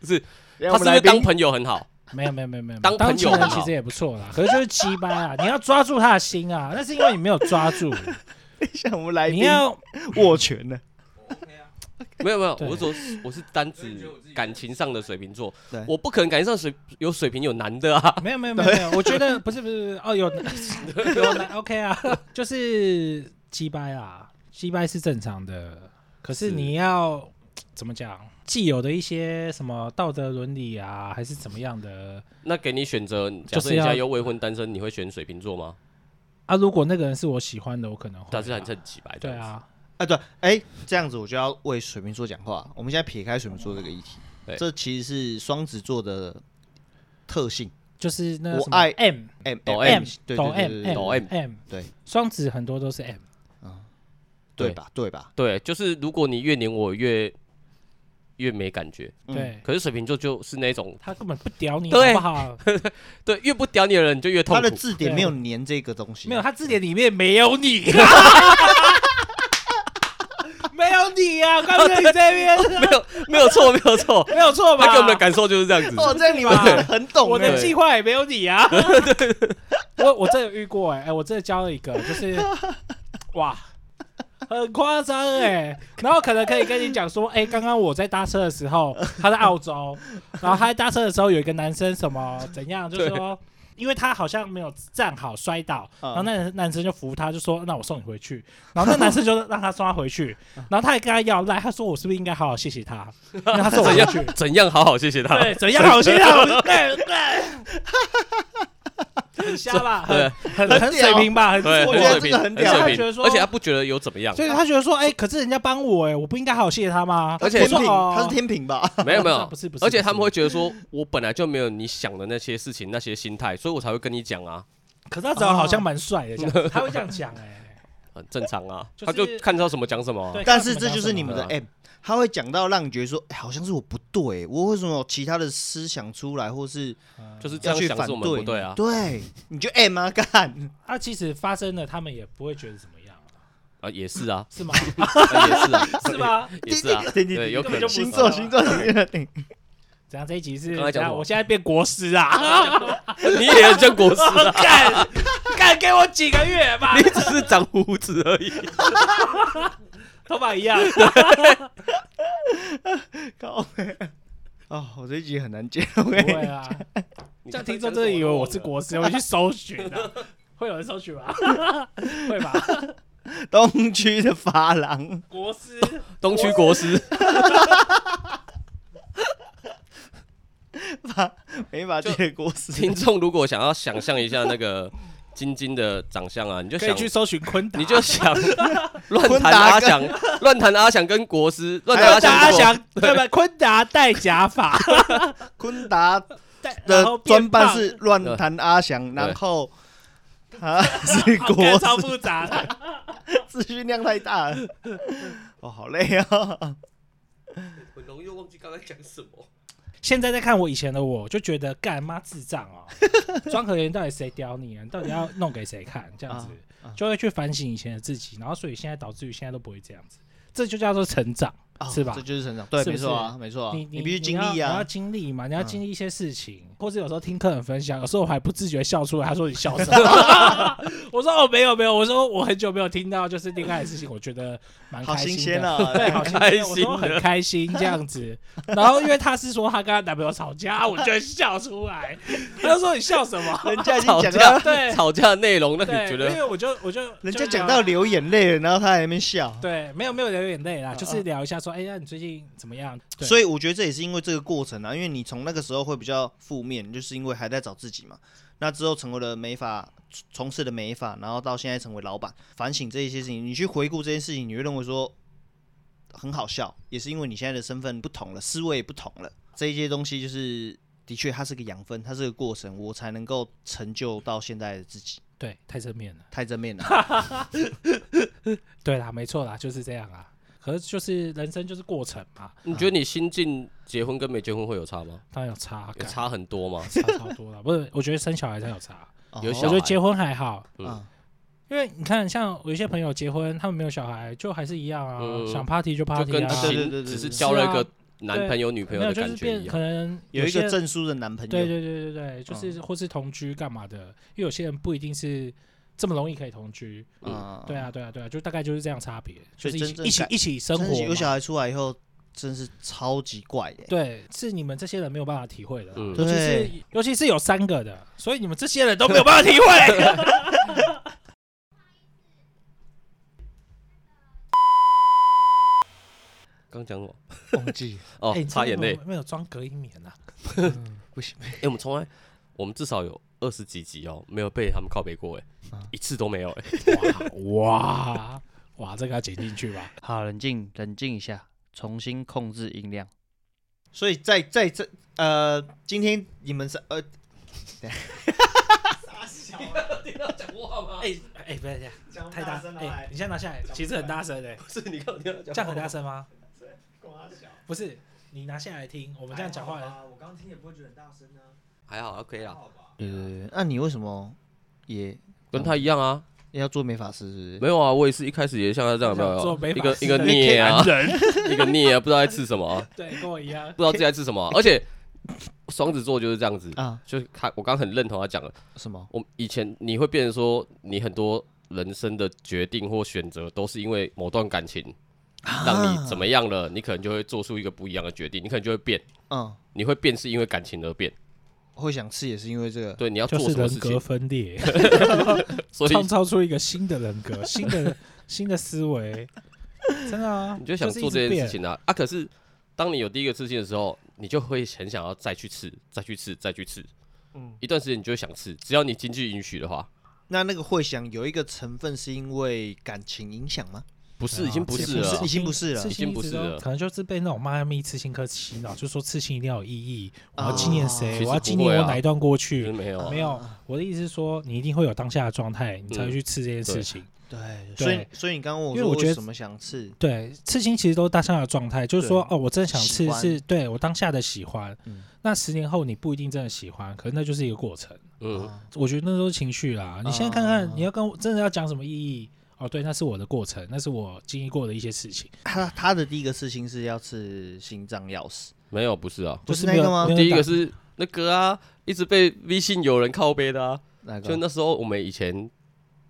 B: 鸡。
A: 他
B: 他是不是当朋友很 好？
C: 没有没有没有没有，
B: 当朋友
C: 情
B: 很
C: 人
B: 好
C: 其实也不错啦，可是就是鸡掰啊！你要抓住他的心啊，那是因为你没有抓 住，
A: 像我们
B: 哎
A: 来
C: 你
A: 宾
C: 要
A: 握拳呢？
B: 没有没有，
C: 对
B: 我是说我是单
D: 我也
B: 指
D: 觉得我自己
B: 感情上的水瓶座
A: 对，
B: 我不可能感情上水有水瓶有男的啊。
C: 没有没有没有没有，我觉得不是不是不是哦，有 有 来 OK 啊，就是鸡掰啦，鸡掰是正常的，可是
B: 是
C: 你要怎么讲？既有的一些什么道德伦理啊，还是怎么样的
B: 那给你选择，假
C: 就
B: 设
C: 是
B: 你现在
C: 要
B: 有未婚单身，你会选水瓶座吗？
C: 啊？如果那个人是我喜欢的，我可能会啊、
B: 但是很很几白这
C: 对
B: 样子。
C: 啊，
A: 哎、啊，对，哎，这样子我就要为水瓶座讲话。我们现在撇开水瓶座这个议题
B: 对，
A: 这其实是双子座的特性。
C: 就是那个
A: 我
C: 什么
A: 爱
C: M
A: M
B: 抖
A: M，
B: M，
A: 对
C: 抖
A: 对对对
C: M M
A: 对
B: 抖 M
C: M，
A: 对，
C: 双子很多都是 M，
A: 对吧？对吧？
B: 对，就是如果你越黏我越越没感觉，
A: 嗯
C: 对，
B: 可是水瓶座就是那种
C: 他根本不屌你好
B: 对
C: 不好？
B: 对越不屌你的人你就越痛
A: 他
B: 苦
A: 的。字典没有粘这个东西，
C: 没有，他字典里面没有你， 没有你啊！怪不得你这边
B: 没有没有 错没有错，
C: 没有错吧？
B: 他给我们的感受就是这样子。
A: 哦，这样你们真的很懂
C: 我
A: 哎
C: 的
B: 对
C: 计划也没有你 啊！我我真的遇过哎、哎、我真的交了一个，就是 哇，很夸张哎。然后可能可以跟你讲说，哎、刚刚我在搭车的时候，他在 澳洲，然后他在搭车的时候有一个男生什么怎样，就是说。因为他好像没有站好摔倒，
A: 嗯
C: 然后那男生就扶他，就说：“那我送你回去。”然后那男生就让他送他 回去，
A: 嗯
C: 然后他也跟他要赖，他说：“我是不是应该好好谢谢他？”然后他送我
B: 怎
C: 回去
B: 样，怎样好好谢谢他，
C: 对，怎样好心 好对对， 很瞎吧，
B: 对
C: 很很
A: 很
C: 很水平吧，很
B: 对，
A: 我觉得这
B: 很水平
A: 个很屌
B: 水
C: 他觉得
B: 平，
C: 说
B: 而且他不觉得有怎么样，
C: 所以他觉得说，哎，可是人家帮我，哎，我不应该好好谢谢他吗？
B: 而且
C: 我
A: 天
C: 说
A: 平，
C: 哦
A: 他是天平吧？
B: 没有没有
C: 不，是不是，
B: 而且他们
C: 不
B: 会
C: 是，
B: 觉得说，我本来就没有你想的那些事情、那些心态，所以我才会跟你讲啊，
C: 可是他长得好像蛮帅的，这 样子，他会这样讲，哎，
B: 很正常啊。
C: 就
B: 他
C: 是
B: 就看到什么讲什么啊、
C: 对
A: 但是这就是你们的
B: 看
A: M，他会讲到让你觉得说，哎，好像是我不对，我为什么有其他的思想出来，或是
B: 就是这
A: 要
B: 样
A: 去
B: 想
A: 反
B: 是我们不对
A: 对
B: 啊
A: 你。对，你就 M 啊，干，
C: 他其实发生了，他们也不会觉得怎么样，
B: 啊，也是啊，
C: 是吗？
B: 啊也是啊，
C: 是 吗？
B: 也是啊，
A: 对对
B: 对，有可
C: 根本就
B: 能
C: 不是
A: 星座星座里面的
C: 怎样？这一集是
B: 刚才
C: 怎
B: 讲什
C: 样？
B: 么
C: 我现在变国师啊！
B: 你也很像国师啊，
C: 干干，给我几个月吧
B: 你，只是长胡子而已。
C: 头发一样。
A: 靠背。 哦，我这一集很难接。
C: 不会啊，这样听众真的以为我是国师，我去搜寻啊， 会有人搜寻吗？ 会吧？
A: 东区的发廊，
C: 国师，
B: 东区国师，
A: 没法接国师。
B: 听众如果想要想象一下那个晶晶的长相啊，你就
C: 可
B: 想
C: 以去搜寻昆达，
B: 你就想乱
A: 坤
B: 弹
A: 达
B: 阿
A: 跟
B: 翔，乱弹阿翔跟国师，乱
A: 还
B: 弹
A: 有
B: 阿
C: 昆达
B: 翔
C: 阿
B: 跟国
C: 翔，对吧？昆达戴假 发，
A: 昆达
C: 戴然后
A: 的
C: 变
A: 专办
C: 胖
A: 是乱弹阿翔，然后他是
C: 好
A: 国
C: 看哦超
A: 师，
C: 复杂的。
A: 资讯量太大了。哦，好累啊！
B: 很容易忘记刚才讲什么。
C: 现在在看我以前的我，就觉得干妈智障哦，庄可言到底谁屌你啊？你到底要弄给谁看？这样子
A: 啊啊
C: 就会去反省以前的自己，然后所以现在导致于现在都不会这样子，这就叫做成长。
A: 哦
C: 是吧
A: 这就是成长，对，
C: 是不
A: 没
C: 是
A: 错啊，没错啊，
C: 你
A: 你必须经
C: 要
A: 历
C: 你要
A: 啊。
C: 经历嘛，你要
A: 嗯
C: 经历一些事情，或者有时候听客人分享，有时候我还不自觉笑出来。他说你笑什么？ 我说哦没有没有，我说我很久没有听到就是恋爱的事情，我觉得蛮
A: 好
C: 开
A: 新
C: 心
A: 鲜
C: 的。
A: 啊！
C: 对，好新鲜，我
B: 开心
C: 说很
B: 的
C: 开心这样子。然后因为他是说他跟他男朋友吵架，我就笑出来。他就说你笑什么？
A: 人家已经
B: 吵
A: 讲
B: 架
A: 到，
C: 对
B: 吵架的内容，那
C: 对，
B: 你觉
C: 因
B: 得
C: 为我就我就
A: 人家
C: 就
A: 讲
C: 聊
A: 到流眼泪了，然后他还在那边笑。
C: 对，没有没有流眼泪啦，就
A: 啊啊
C: 是聊一下说，哎，那你最近怎么样？对
A: 所以我觉得这也是因为这个过程啊，因为你从那个时候会比较负面，就是因为还在找自己嘛。那之后成为了美发，从从事了美发，然后到现在成为老板，反省这一些事情，你去回顾这件事情，你会认为说很好笑，也是因为你现在的身份不同了，思维也不同了，这一些东西就是的确它是个养分，它是个过程，我才能够成就到现在的自己。
C: 对，太正面了。
A: 太正 面了，
C: 对啦，没错啦，就是这样啊。可是就是人生就是过程嘛，
B: 你觉得你新进结婚跟没结婚会有差吗？
C: 当然有差，
B: 有
C: 感，
B: 差很多吗？
C: 差超多了。不是，我觉得生小孩才有差。
B: 有
A: 哦
C: 我
B: 小
C: 觉
B: 孩
C: 得结婚还好，
B: 嗯
A: 嗯，
C: 因为你看，像有一些朋友结婚，他们没有小孩，就还是一样啊，
B: 嗯
C: 想 party
B: 就
C: 就 party
B: 跟
C: 啊，
A: 对对
B: 新
A: 对对
B: 只是
A: 对
B: 交了一
C: 是啊
B: 个男朋友女朋
C: 没
B: 友的
C: 有就
B: 感
C: 是
B: 觉
C: 变
B: 一
C: 可
B: 样。
C: 能
A: 有一
C: 些
A: 个嗯证书的男朋友，
C: 对对对对对，就是或是同居干嘛的，因为有些人不一定是这么容易可以同居。
A: 啊
C: 对啊，对啊，对啊，就大概就是这样差别，
A: 所
C: 就
A: 以
C: 是一起
A: 真正
C: 一起
A: 感
C: 一起生
A: 真
C: 活
A: 的是有
C: 嘛。
A: 小孩出来以后，真是超级怪的、
C: 对，是你们这些人没有办法体会的啦，
B: 嗯
C: 尤其是
A: 欸对
C: 尤其是有三个的，所以你们这些人都没有办法体会。
B: 刚讲什么？
A: 忘记
B: 哦
C: 哎，你，
B: 擦眼泪
C: 真的。没有没有装隔音棉啊，
A: 不行，
B: 哎，我们从来，我们至少有二十几集哦，没有被他们靠背过哎
A: 啊，
B: 一次都没有哎。
C: 哇哇哇，这个要剪进去吧？
A: 好，冷静，冷静一下，重新控制音量。所以在在这呃，今天你们是呃，
B: 听到讲话吗？
C: 哎哎，不要这样，太大声了！哎，你先拿下来，其实很大声哎，
B: 是你刚刚听到
C: 这样很大声吗？不是，你拿下来听，我们这样讲话，
D: 我刚听也不会觉得很大声啊，
B: 还好，OK
D: 还
B: 啦，
D: 好吧？
A: 对对对，那你为什么也
B: 跟他一样啊，
A: 要做美发师？是不
B: 没有啊，我也是一开始也像他这样，没有
C: 做
B: 啊
C: 美
B: 一
C: 发
B: 个
C: 师
B: 一个
C: 的
B: 孽啊，
C: 人，
B: 一个孽啊，不知道在吃什么啊，
C: 对，跟我一样。
B: 不知道自己在吃什 么啊，而且双子座就是这样子
A: 是，啊？
B: 就是他，我刚刚很认同他讲的，
A: 什么？
B: 我以前你会变成说，你很多人生的决定或选择都是因为某段感情
C: 啊
B: 让你怎么样了，你可能就会做出一个不一样的决定，你可能就会变，
A: 嗯，
B: 你会变是因为感情而变，
A: 会想吃也是因为这个。
B: 对，你要
C: 就
B: 做
C: 是
B: 什么
C: 人
B: 事
C: 格
B: 情，
C: 分裂，
B: 所以
C: 创造出一个新的人格、新的新的思维，真的啊！
B: 你就想
C: 是
B: 做
C: 一直
B: 这件事
C: 变，
B: 情啊啊！可是当你有第一个刺青的时候，你就会很想要再去吃，再去吃，再去吃。
C: 嗯
B: 一段时间你就会想吃，只要你经济允许的话，
A: 那那个会想有一个成分是因为感情影响吗？
B: 不是
C: 对啊
B: 已经不
A: 也
B: 是
A: 不
B: 了
A: 已，经不是了
C: 刺
B: 已
C: 青
B: 经不
C: 一直
B: 是
C: 都
B: 了
C: 可能就是被那种迈阿密刺青科洗脑，就说刺青一定要有意义，我要
A: 哦
C: 纪念
A: 其
C: 谁，
B: 实
C: 我要纪
B: 不会
C: 念我
B: 啊
C: 哪一段过
B: 其实
C: 去。
B: 没有啊
C: 没。有，我的意思是说，你一定会有当下的状态，你才会
B: 嗯
C: 去刺这件事
B: 对
C: 情。
A: 对，所以
C: 对
A: 所以你刚刚问我
C: 因为
A: 说
C: 我觉得
A: 为什么想吃？
C: 对，刺青其实都是当下的状态，就是
B: 嗯
C: 说，
A: 对
C: 哦，我真的想
A: 喜
C: 刺
A: 欢
C: 是，对我当下的喜欢。
A: 嗯
C: 那十年后你不一定真的喜欢，可是那就是一个过程。
B: 嗯，
A: 啊
C: 我觉得那都是情绪
B: 啊
C: 啦。你现在看看，你要跟我真的要讲什么意义？哦，对，那是我的过程，那是我经历过的一些事情，
A: 他他的第一个事情是要吃心脏钥匙，
B: 没有不是啊。
A: 不
C: 不
A: 是
C: 是
A: 那个吗
C: 没有
B: 第一个是那个啊，一直被微信有人靠背的啊。
A: 那
B: 就
A: 个
B: 那时候我们以前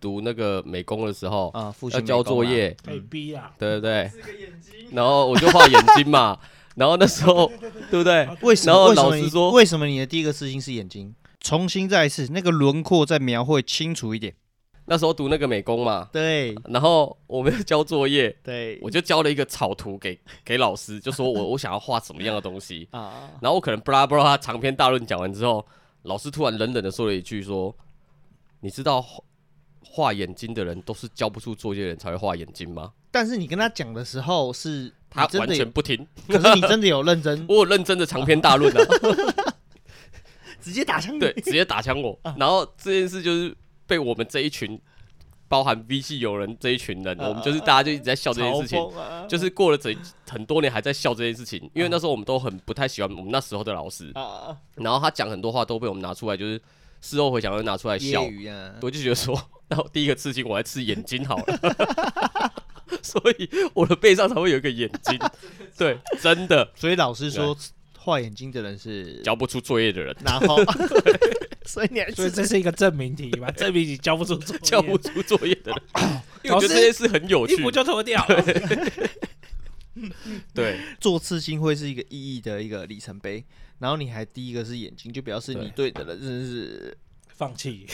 B: 读那个美工的时候，
A: 啊，父亲
B: 要交作，业，
C: 被逼啊，
B: 对不对？
D: 四个眼睛，
B: 然后我就画眼睛嘛，然后那时候对不 对？
A: 为什
B: 然
A: 么？
B: 后
A: 为什
B: 老
A: 么
B: 师
A: 你
B: 说
A: 为什么你的第一个事情是眼睛？重新再一次，那个轮廓再描绘清楚一点。
B: 那时候读那个美工嘛，
A: 对
B: 然后我们要交 作业，
A: 对，
B: 我就交了一个草图给给老师，就说我我想要画什么样的东西
A: 啊，
B: 然后我可能布拉布拉长篇大论讲完之后，老师突然冷冷的说了一句说，你知道画画眼睛的人都是交不出作业的人才会画眼睛吗？
A: 但是你跟他讲的时候是，
B: 他
A: 你啊真
B: 完
A: 的有
B: 全，不听，
A: 可是你真的有认 真，
B: 我有认真的长篇大 论啊，
A: 直接打 枪你
B: 对，直接打枪我，然后这件事就是被我们这一群。包含 V 系友人这一群人，
A: 啊
B: 我们就是大家就一直在笑这件事情，
A: 情
B: 就是过了这很多年还在笑这件事情，因为那时候我们都很不太喜欢我们那时候的老师，
A: 啊，
B: 然后他讲很多话都被我们拿出来，就是事后回想又拿出来笑
A: 业，余啊，
B: 我就觉得说，那我第一个刺青我来刺眼睛好了， 所以我的背上才会有一个眼睛，对，真的
A: 所以老师说画眼睛的人是，
B: 交不出作业的人。
A: 然后， 所以你还
C: 所以
A: 是
C: 这是一个证明题 吧？证明你交不出作业，
B: 交不出作业的人，因为我觉得这件事很有
C: 衣
B: 趣
C: 服。就脱掉。
B: 对，
A: 做刺青会是一个意义的一个里程碑。然后你还第一个是眼睛，就表示你对的人真的是
C: 放弃，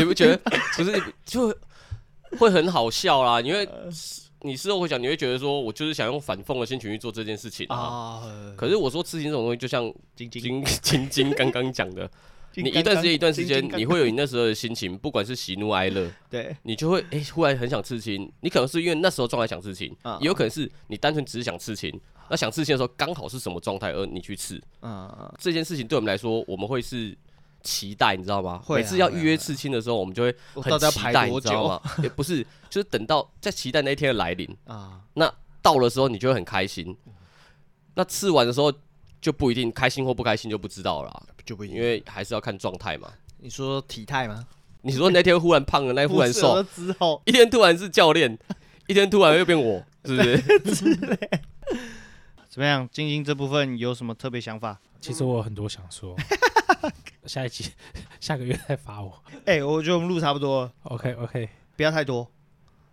B: 你不觉得不是就会很好笑啦？因为
A: 呃
B: 你事后回想，你会觉得说我就是想用反讽的心情去做这件事情啊。
A: 啊，
B: 可是我说刺青这种东西，就像
A: 晶晶
B: 金 金金刚刚讲的，你一段时间一段时间，你会有你那时候的心情，不管是喜怒哀乐，
A: 对
B: 你就会哎、忽然很想刺青。你可能是因为那时候状态想刺青
A: 啊，
B: 也有可能是你单纯只是想刺青。那想刺青的时候，刚好是什么状态，而你去刺
A: 啊，
B: 这件事情，对我们来说，我们会是期待，你知道吗？
A: 会啊
B: 每次要
A: 会啊
B: 预约刺青的时候，我们就会
A: 我到
B: 很
A: 底要
B: 期
A: 排
B: 待，
A: 多
B: 你知道
A: 久
B: 吗？ 也不是，就是等到在期待那一天的来临，
A: 啊？
B: 到的时候你就会很开心。那刺完的时候就不一定开心或不开心就不知道了啦，
A: 就不一
B: 因
A: 定。
B: 为还是要看状态嘛。
A: 你说体态吗？
B: 你说那天忽然胖了，那天哎忽然
A: 不是啊
B: 瘦
A: 我，之后
B: 一天突然是教练，一天突然又变我，是不 是？
A: 怎么样？晶晶这部分有什么特别想法？
C: 其实我有很多想说，下一集下个月再发我。
A: 哎、我觉得我们录差不多了，
C: OK OK，
A: 不要太多，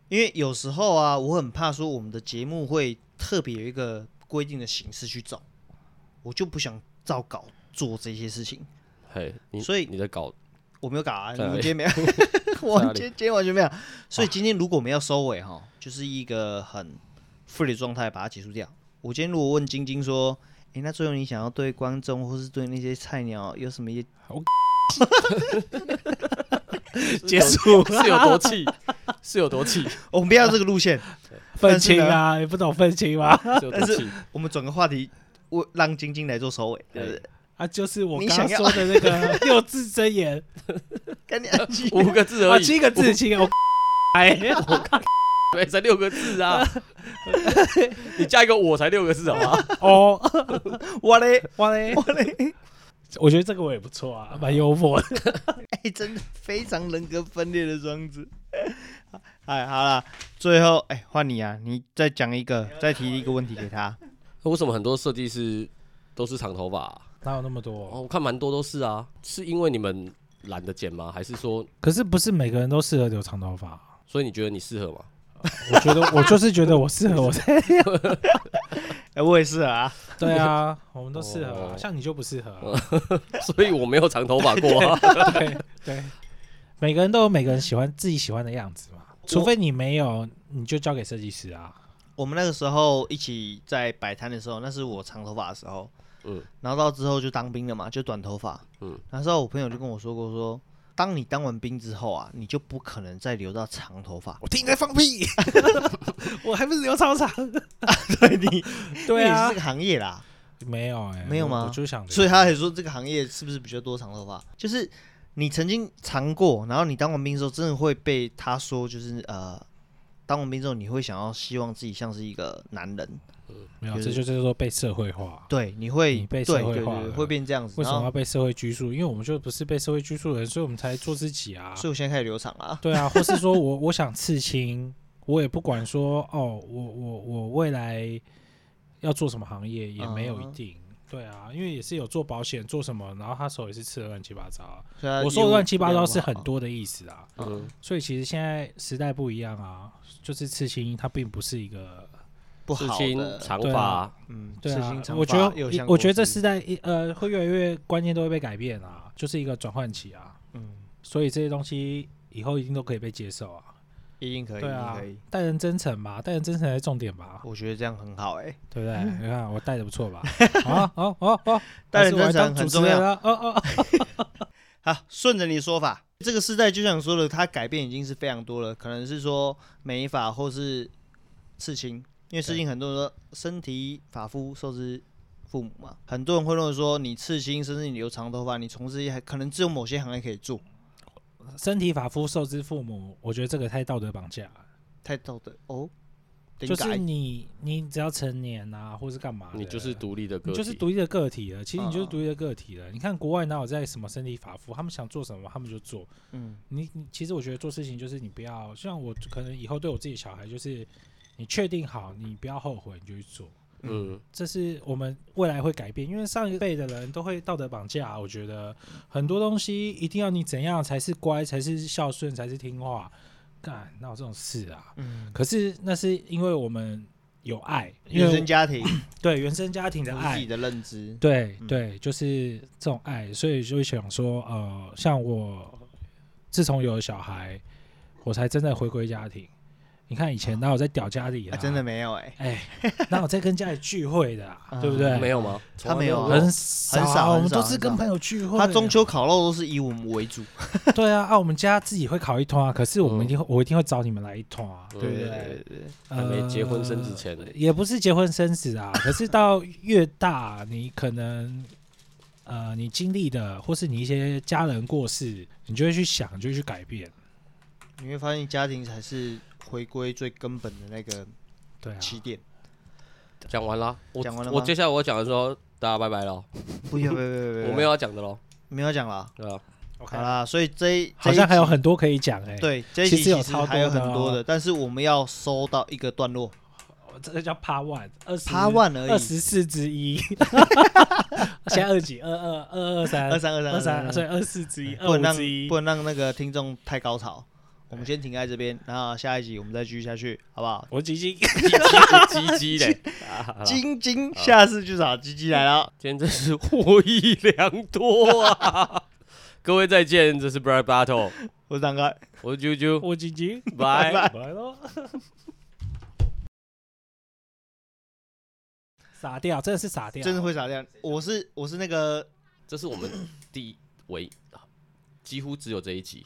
A: 因为有时候啊，我很怕说我们的节目会特别有一个规定的形式去走，我就不想照稿做这些事情。
B: 嘿，你
A: 所以
B: 你的稿
A: 我没有搞啊，你
B: 在哪
A: 们
B: 里
A: 今 天没有，我今天今天完全没有。所以今天如果我们要收尾哈，就是一个很 free 的状态，把它结束掉。我今天如果问晶晶说，诶，那最后你想要对观众或是对那些菜鸟有什么一些
C: 结束。
B: 是有多气，是有多气，
A: 哦我们不要这个路 线，
C: 愤青啊，你不懂愤青吗？
B: 是有多气。
A: 我们转个话题，我让晶晶来做收尾，对不对？
C: 啊，就是我
A: 你
C: 刚刚
A: 想要
C: 说的 那个六字 真言
A: 干你娘 鸡
B: 五个字而
C: 啊，
B: 已，
C: 七个字，七个。我哎，
B: 对，才六个字啊！ 你加一个我才六个字好吗？
C: 哦，
A: 我嘞
C: 哇嘞，
A: 我嘞，
C: 我觉得这个我也不错啊，蛮幽默的。
A: 哎，真的非常人格分裂的庄子。 哎，好啦，最后哎，换你啊，你再讲一个，再提一个问题给他。
B: 为什么很多设计师都是长头发、啊
C: 哪有那么多？
B: 哦，我看蛮多都是啊，是因为你们懒得剪吗？还是说，
C: 可是不是每个人都适合留长头发。啊
B: 所以你觉得你适合吗？
C: 我觉得我就是觉得我适合我在。
A: 哎，我也是啊，
C: 对啊，我们都适合啊，
B: 哦
C: 像你就不适合啊。
B: 所以我没有长头发过 啊。
C: 对对，每个人都有每个人喜欢自己喜欢的样子嘛，除非你没有，你就交给设计师啊。
A: 我们那个时候一起在摆摊的时候，那是我长头发的时候，
B: 嗯，
A: 然后到之后就当兵了嘛，就短头发。
B: 嗯，
A: 那时候我朋友就跟我说过说。当你当完兵之后啊，你就不可能再留到长头发。
C: 我听你在放屁， 我还不是留超长。
A: 对你，
C: 对
A: 因为你
C: 啊
A: 是这，个行业啦，
C: 没有哎、
A: 没有
C: 我
A: 吗
C: 我就想留，
A: 所以他还说这个行业是不是比较多长头发？就是你曾经长过，然后你当完兵之后，真的会被他说，就是呃，当完兵之后你会想要希望自己像是一个男人，
C: 没有，
A: 就
C: 这
A: 是
C: 就是说被社会化。
A: 对，你会
C: 你被社
A: 对
C: 会
A: 对
C: 化
A: 对，
C: 了
A: 会变这样子。
C: 为什
A: 然
C: 么
A: 后，
C: 要被社会拘束？因为我们就不是被社会拘束的人，所以我们才做自己啊。
A: 所以我现在开始留长了啊。
C: 对啊，或是说我我想刺青，我也不管说哦，我我我未来要做什么行业也没有一
A: 嗯
C: 定。对啊，因为也是有做保险做什么，然后他手也是吃的乱七八糟啊。
A: 所以他
C: 我说
A: 业
C: 的
A: 务
C: 乱七八
A: 量
C: 糟
A: 不
C: 是
A: 好
C: 很，多的意思啊，
B: 嗯，
C: 所以其实现在时代不一样啊，就是刺青它并不是一个
A: 不
B: 刺
A: 好
B: 青、
A: 的，
B: 长
C: 对
B: 发
C: 啊，
A: 嗯，
C: 对
A: 刺
C: 啊
A: 青，长
C: 我觉
A: 发有
C: 得
A: 像
C: 我觉得这
A: 过之
C: 时代一呃会越来越观念都会被改变啊，就是一个转换期啊，
A: 嗯，
C: 所以这些东西以后一定都可以被接受啊，
A: 一定可以，一
C: 对
A: 定
C: 啊
A: 可以。，
C: 待人真诚吧，待人真诚才是重点吧，
A: 我觉得这样很好哎、
C: 对不对？你看我带的不 错吧？好好好好，
A: 待人
C: 还是我来
A: 真诚
C: 当
A: 很
C: 主持
A: 重要
C: 人啊哦哦哦，
A: 好，顺着你的说法，这个时代就像你说的，它改变已经是非常多了，可能是说美发或是刺青，因为刺青很多人说身体发肤受之父母嘛，很多人会认为说你刺青，甚至你留长头发，你从事一还可能只有某些行业可以做，
C: 身体发肤受之父母，我觉得这个太道德绑架了。
A: 太道德哦，得
C: 就是
A: 改
C: 你，你只要成年啊，或是干嘛的，
B: 你就是独立的个
C: 你
B: 体，
C: 就是独立的个体了。其实你就是
A: 嗯嗯
C: 独立的个体了。你看国外哪有在什么身体法服，他们想做什么他们就做。
A: 嗯
C: 你你其实我觉得做事情就是你不要，像我可能以后对我自己小孩就是，你确定好，你不要后悔，你就去做。
B: 嗯，
C: 这是我们未来会改变，因为上一辈的人都会道德绑架、我觉得很多东西一定要你怎样才是乖，才是孝顺，才是听话。干，哪有这种事啊？
A: 嗯，
C: 可是那是因为我们有爱，因
A: 原
C: 为
A: 生家庭，
C: 对原生家庭的
A: 有自己
C: 爱，
A: 的认知，
C: 对
A: 嗯
C: 对，就是这种爱，所以就会想说，呃，像我自从有了小孩，我才真的回归家庭。你看以前哪有在屌家里
A: 啊、真的，没有哎、
C: 哎，哪有在跟家里聚会的啊、
A: 嗯
C: 对不对？
B: 没有吗？
A: 他没有啊
C: 很少
A: 很少
C: 我们
A: 很少
C: 都是跟朋友聚会。
A: 他中秋烤肉都是以我们为主，
C: 对啊，啊，我们家自己会烤一团啊，可是我
A: 嗯
C: 们一定会，我一定会找你们来一团啊，对不
B: 嗯
C: 对？
A: 对
B: 还没结婚生子
C: 呃
B: 前，
C: 也不是结婚生子啊， 可是到越大，你可能呃，你经历的或是你一些家人过世，你就会去想，你就会去改变。
A: 你会发现家庭才是回归最根本的那个
C: 对啊，
A: 起点。
B: 讲完啦，我
A: 讲完了吗
B: 我接下来我要讲的时候，大家拜拜喽，
A: 不要不要不要不要，
B: 我没有要讲的喽，
A: 没有讲了。
B: 对吧？啊
A: 好啦，所以这一这
C: 啊好
A: 一
C: 像还有
A: 集
C: 很多可以讲哎、，
A: 对这一
C: 其
A: 集
C: 实有
A: 其实
C: 超
A: 还有
C: 多
A: 很
C: 的
A: 多
C: 哦
A: 的，但是我们要收到一个段落，
C: 这个叫 Part One，二十
A: 趴万而
C: 二
A: 已，
C: 十四 之一，现在二几？二二二二三
A: 二三二三
C: 二三，所以
A: 三，
C: 二四之一，二
A: 不
C: 五
A: 能让
C: 之一
A: 不。能让那个听众太高潮。我们先停在这边，然后下一集我们再继续下去，好不好？
C: 我 已经
B: 鸡鸡鸡鸡嘞，啊好啦
A: 晶晶下次就找鸡鸡来了，
B: 今天真是获益良多啊！ 各位再见，这是 Bright Battle，
A: 我是张开。
B: 我是啾啾，
C: 我 已经
B: 拜
A: 拜
C: 拜喽，傻掉，真的是傻掉，
A: 真的会傻掉。我是我是那个
B: 这是我们第一唯几乎只有这一集，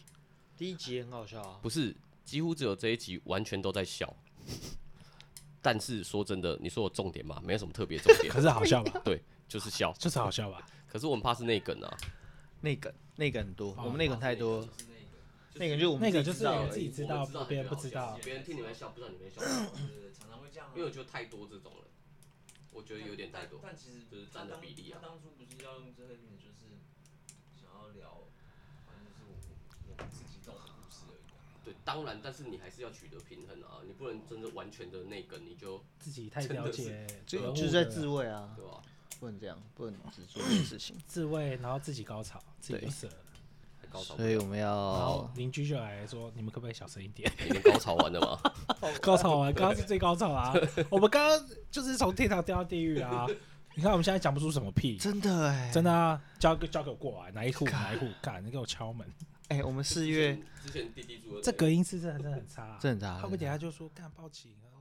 A: 第一集很好笑啊，
B: 不是几乎只有这一集完全都在笑。但是说真的，你说我重点嘛，没有什么特别重 点
C: 可，是好笑吧？
B: 对，就是笑。
C: 就是好笑吧？
B: 可是我们怕是内梗啊，
A: 内梗内梗很多，
C: 哦
A: 我们内梗太多，
D: 就是那个
A: 内梗就是我们
C: 那个
A: 自己
C: 就
A: 知
C: 是
A: 道
C: 我
A: 而
C: 自
A: 已。
C: 己知道，别人不知道。
B: 别人听你们笑，不知道你们笑，
D: 就是常常会这样啊。
B: 因为我觉得太多这种了，我觉得有点太多。
D: 但其实
B: 就是占的比例啊
D: 他当初不是要用这个运，就是想要聊，反正就是我我们自己这种故事而已啊。
B: 对，当然，但是你还是要取得平衡啊，你不能真的完全的内梗，你就
C: 自己太了解
A: 就
C: 人物的
A: 就是在自慰啊，
B: 对吧？
A: 不能这样，不能只做这件事情。
C: 自慰，然后自己高潮，自己
A: 对哦
C: 不射，
B: 还高潮，
A: 所以我们
C: 然后
A: 要
C: 邻居就来说：“你们可不可以小声一点
B: 你连高潮完了吗？？”
C: 高潮完，刚刚是最高潮啦、我们刚刚就是从天堂掉到地狱啊！你看我们现在讲不出什么屁，
A: 真的哎，
C: 真的啊！交给交给我过来，哪一户哪一户干，你给我敲门。
A: 哎，我们四月
B: 之前之前弟弟住的
C: 这隔音是真的真的很差、啊，
A: 真的很大
C: 他们等一下就说干报警啊，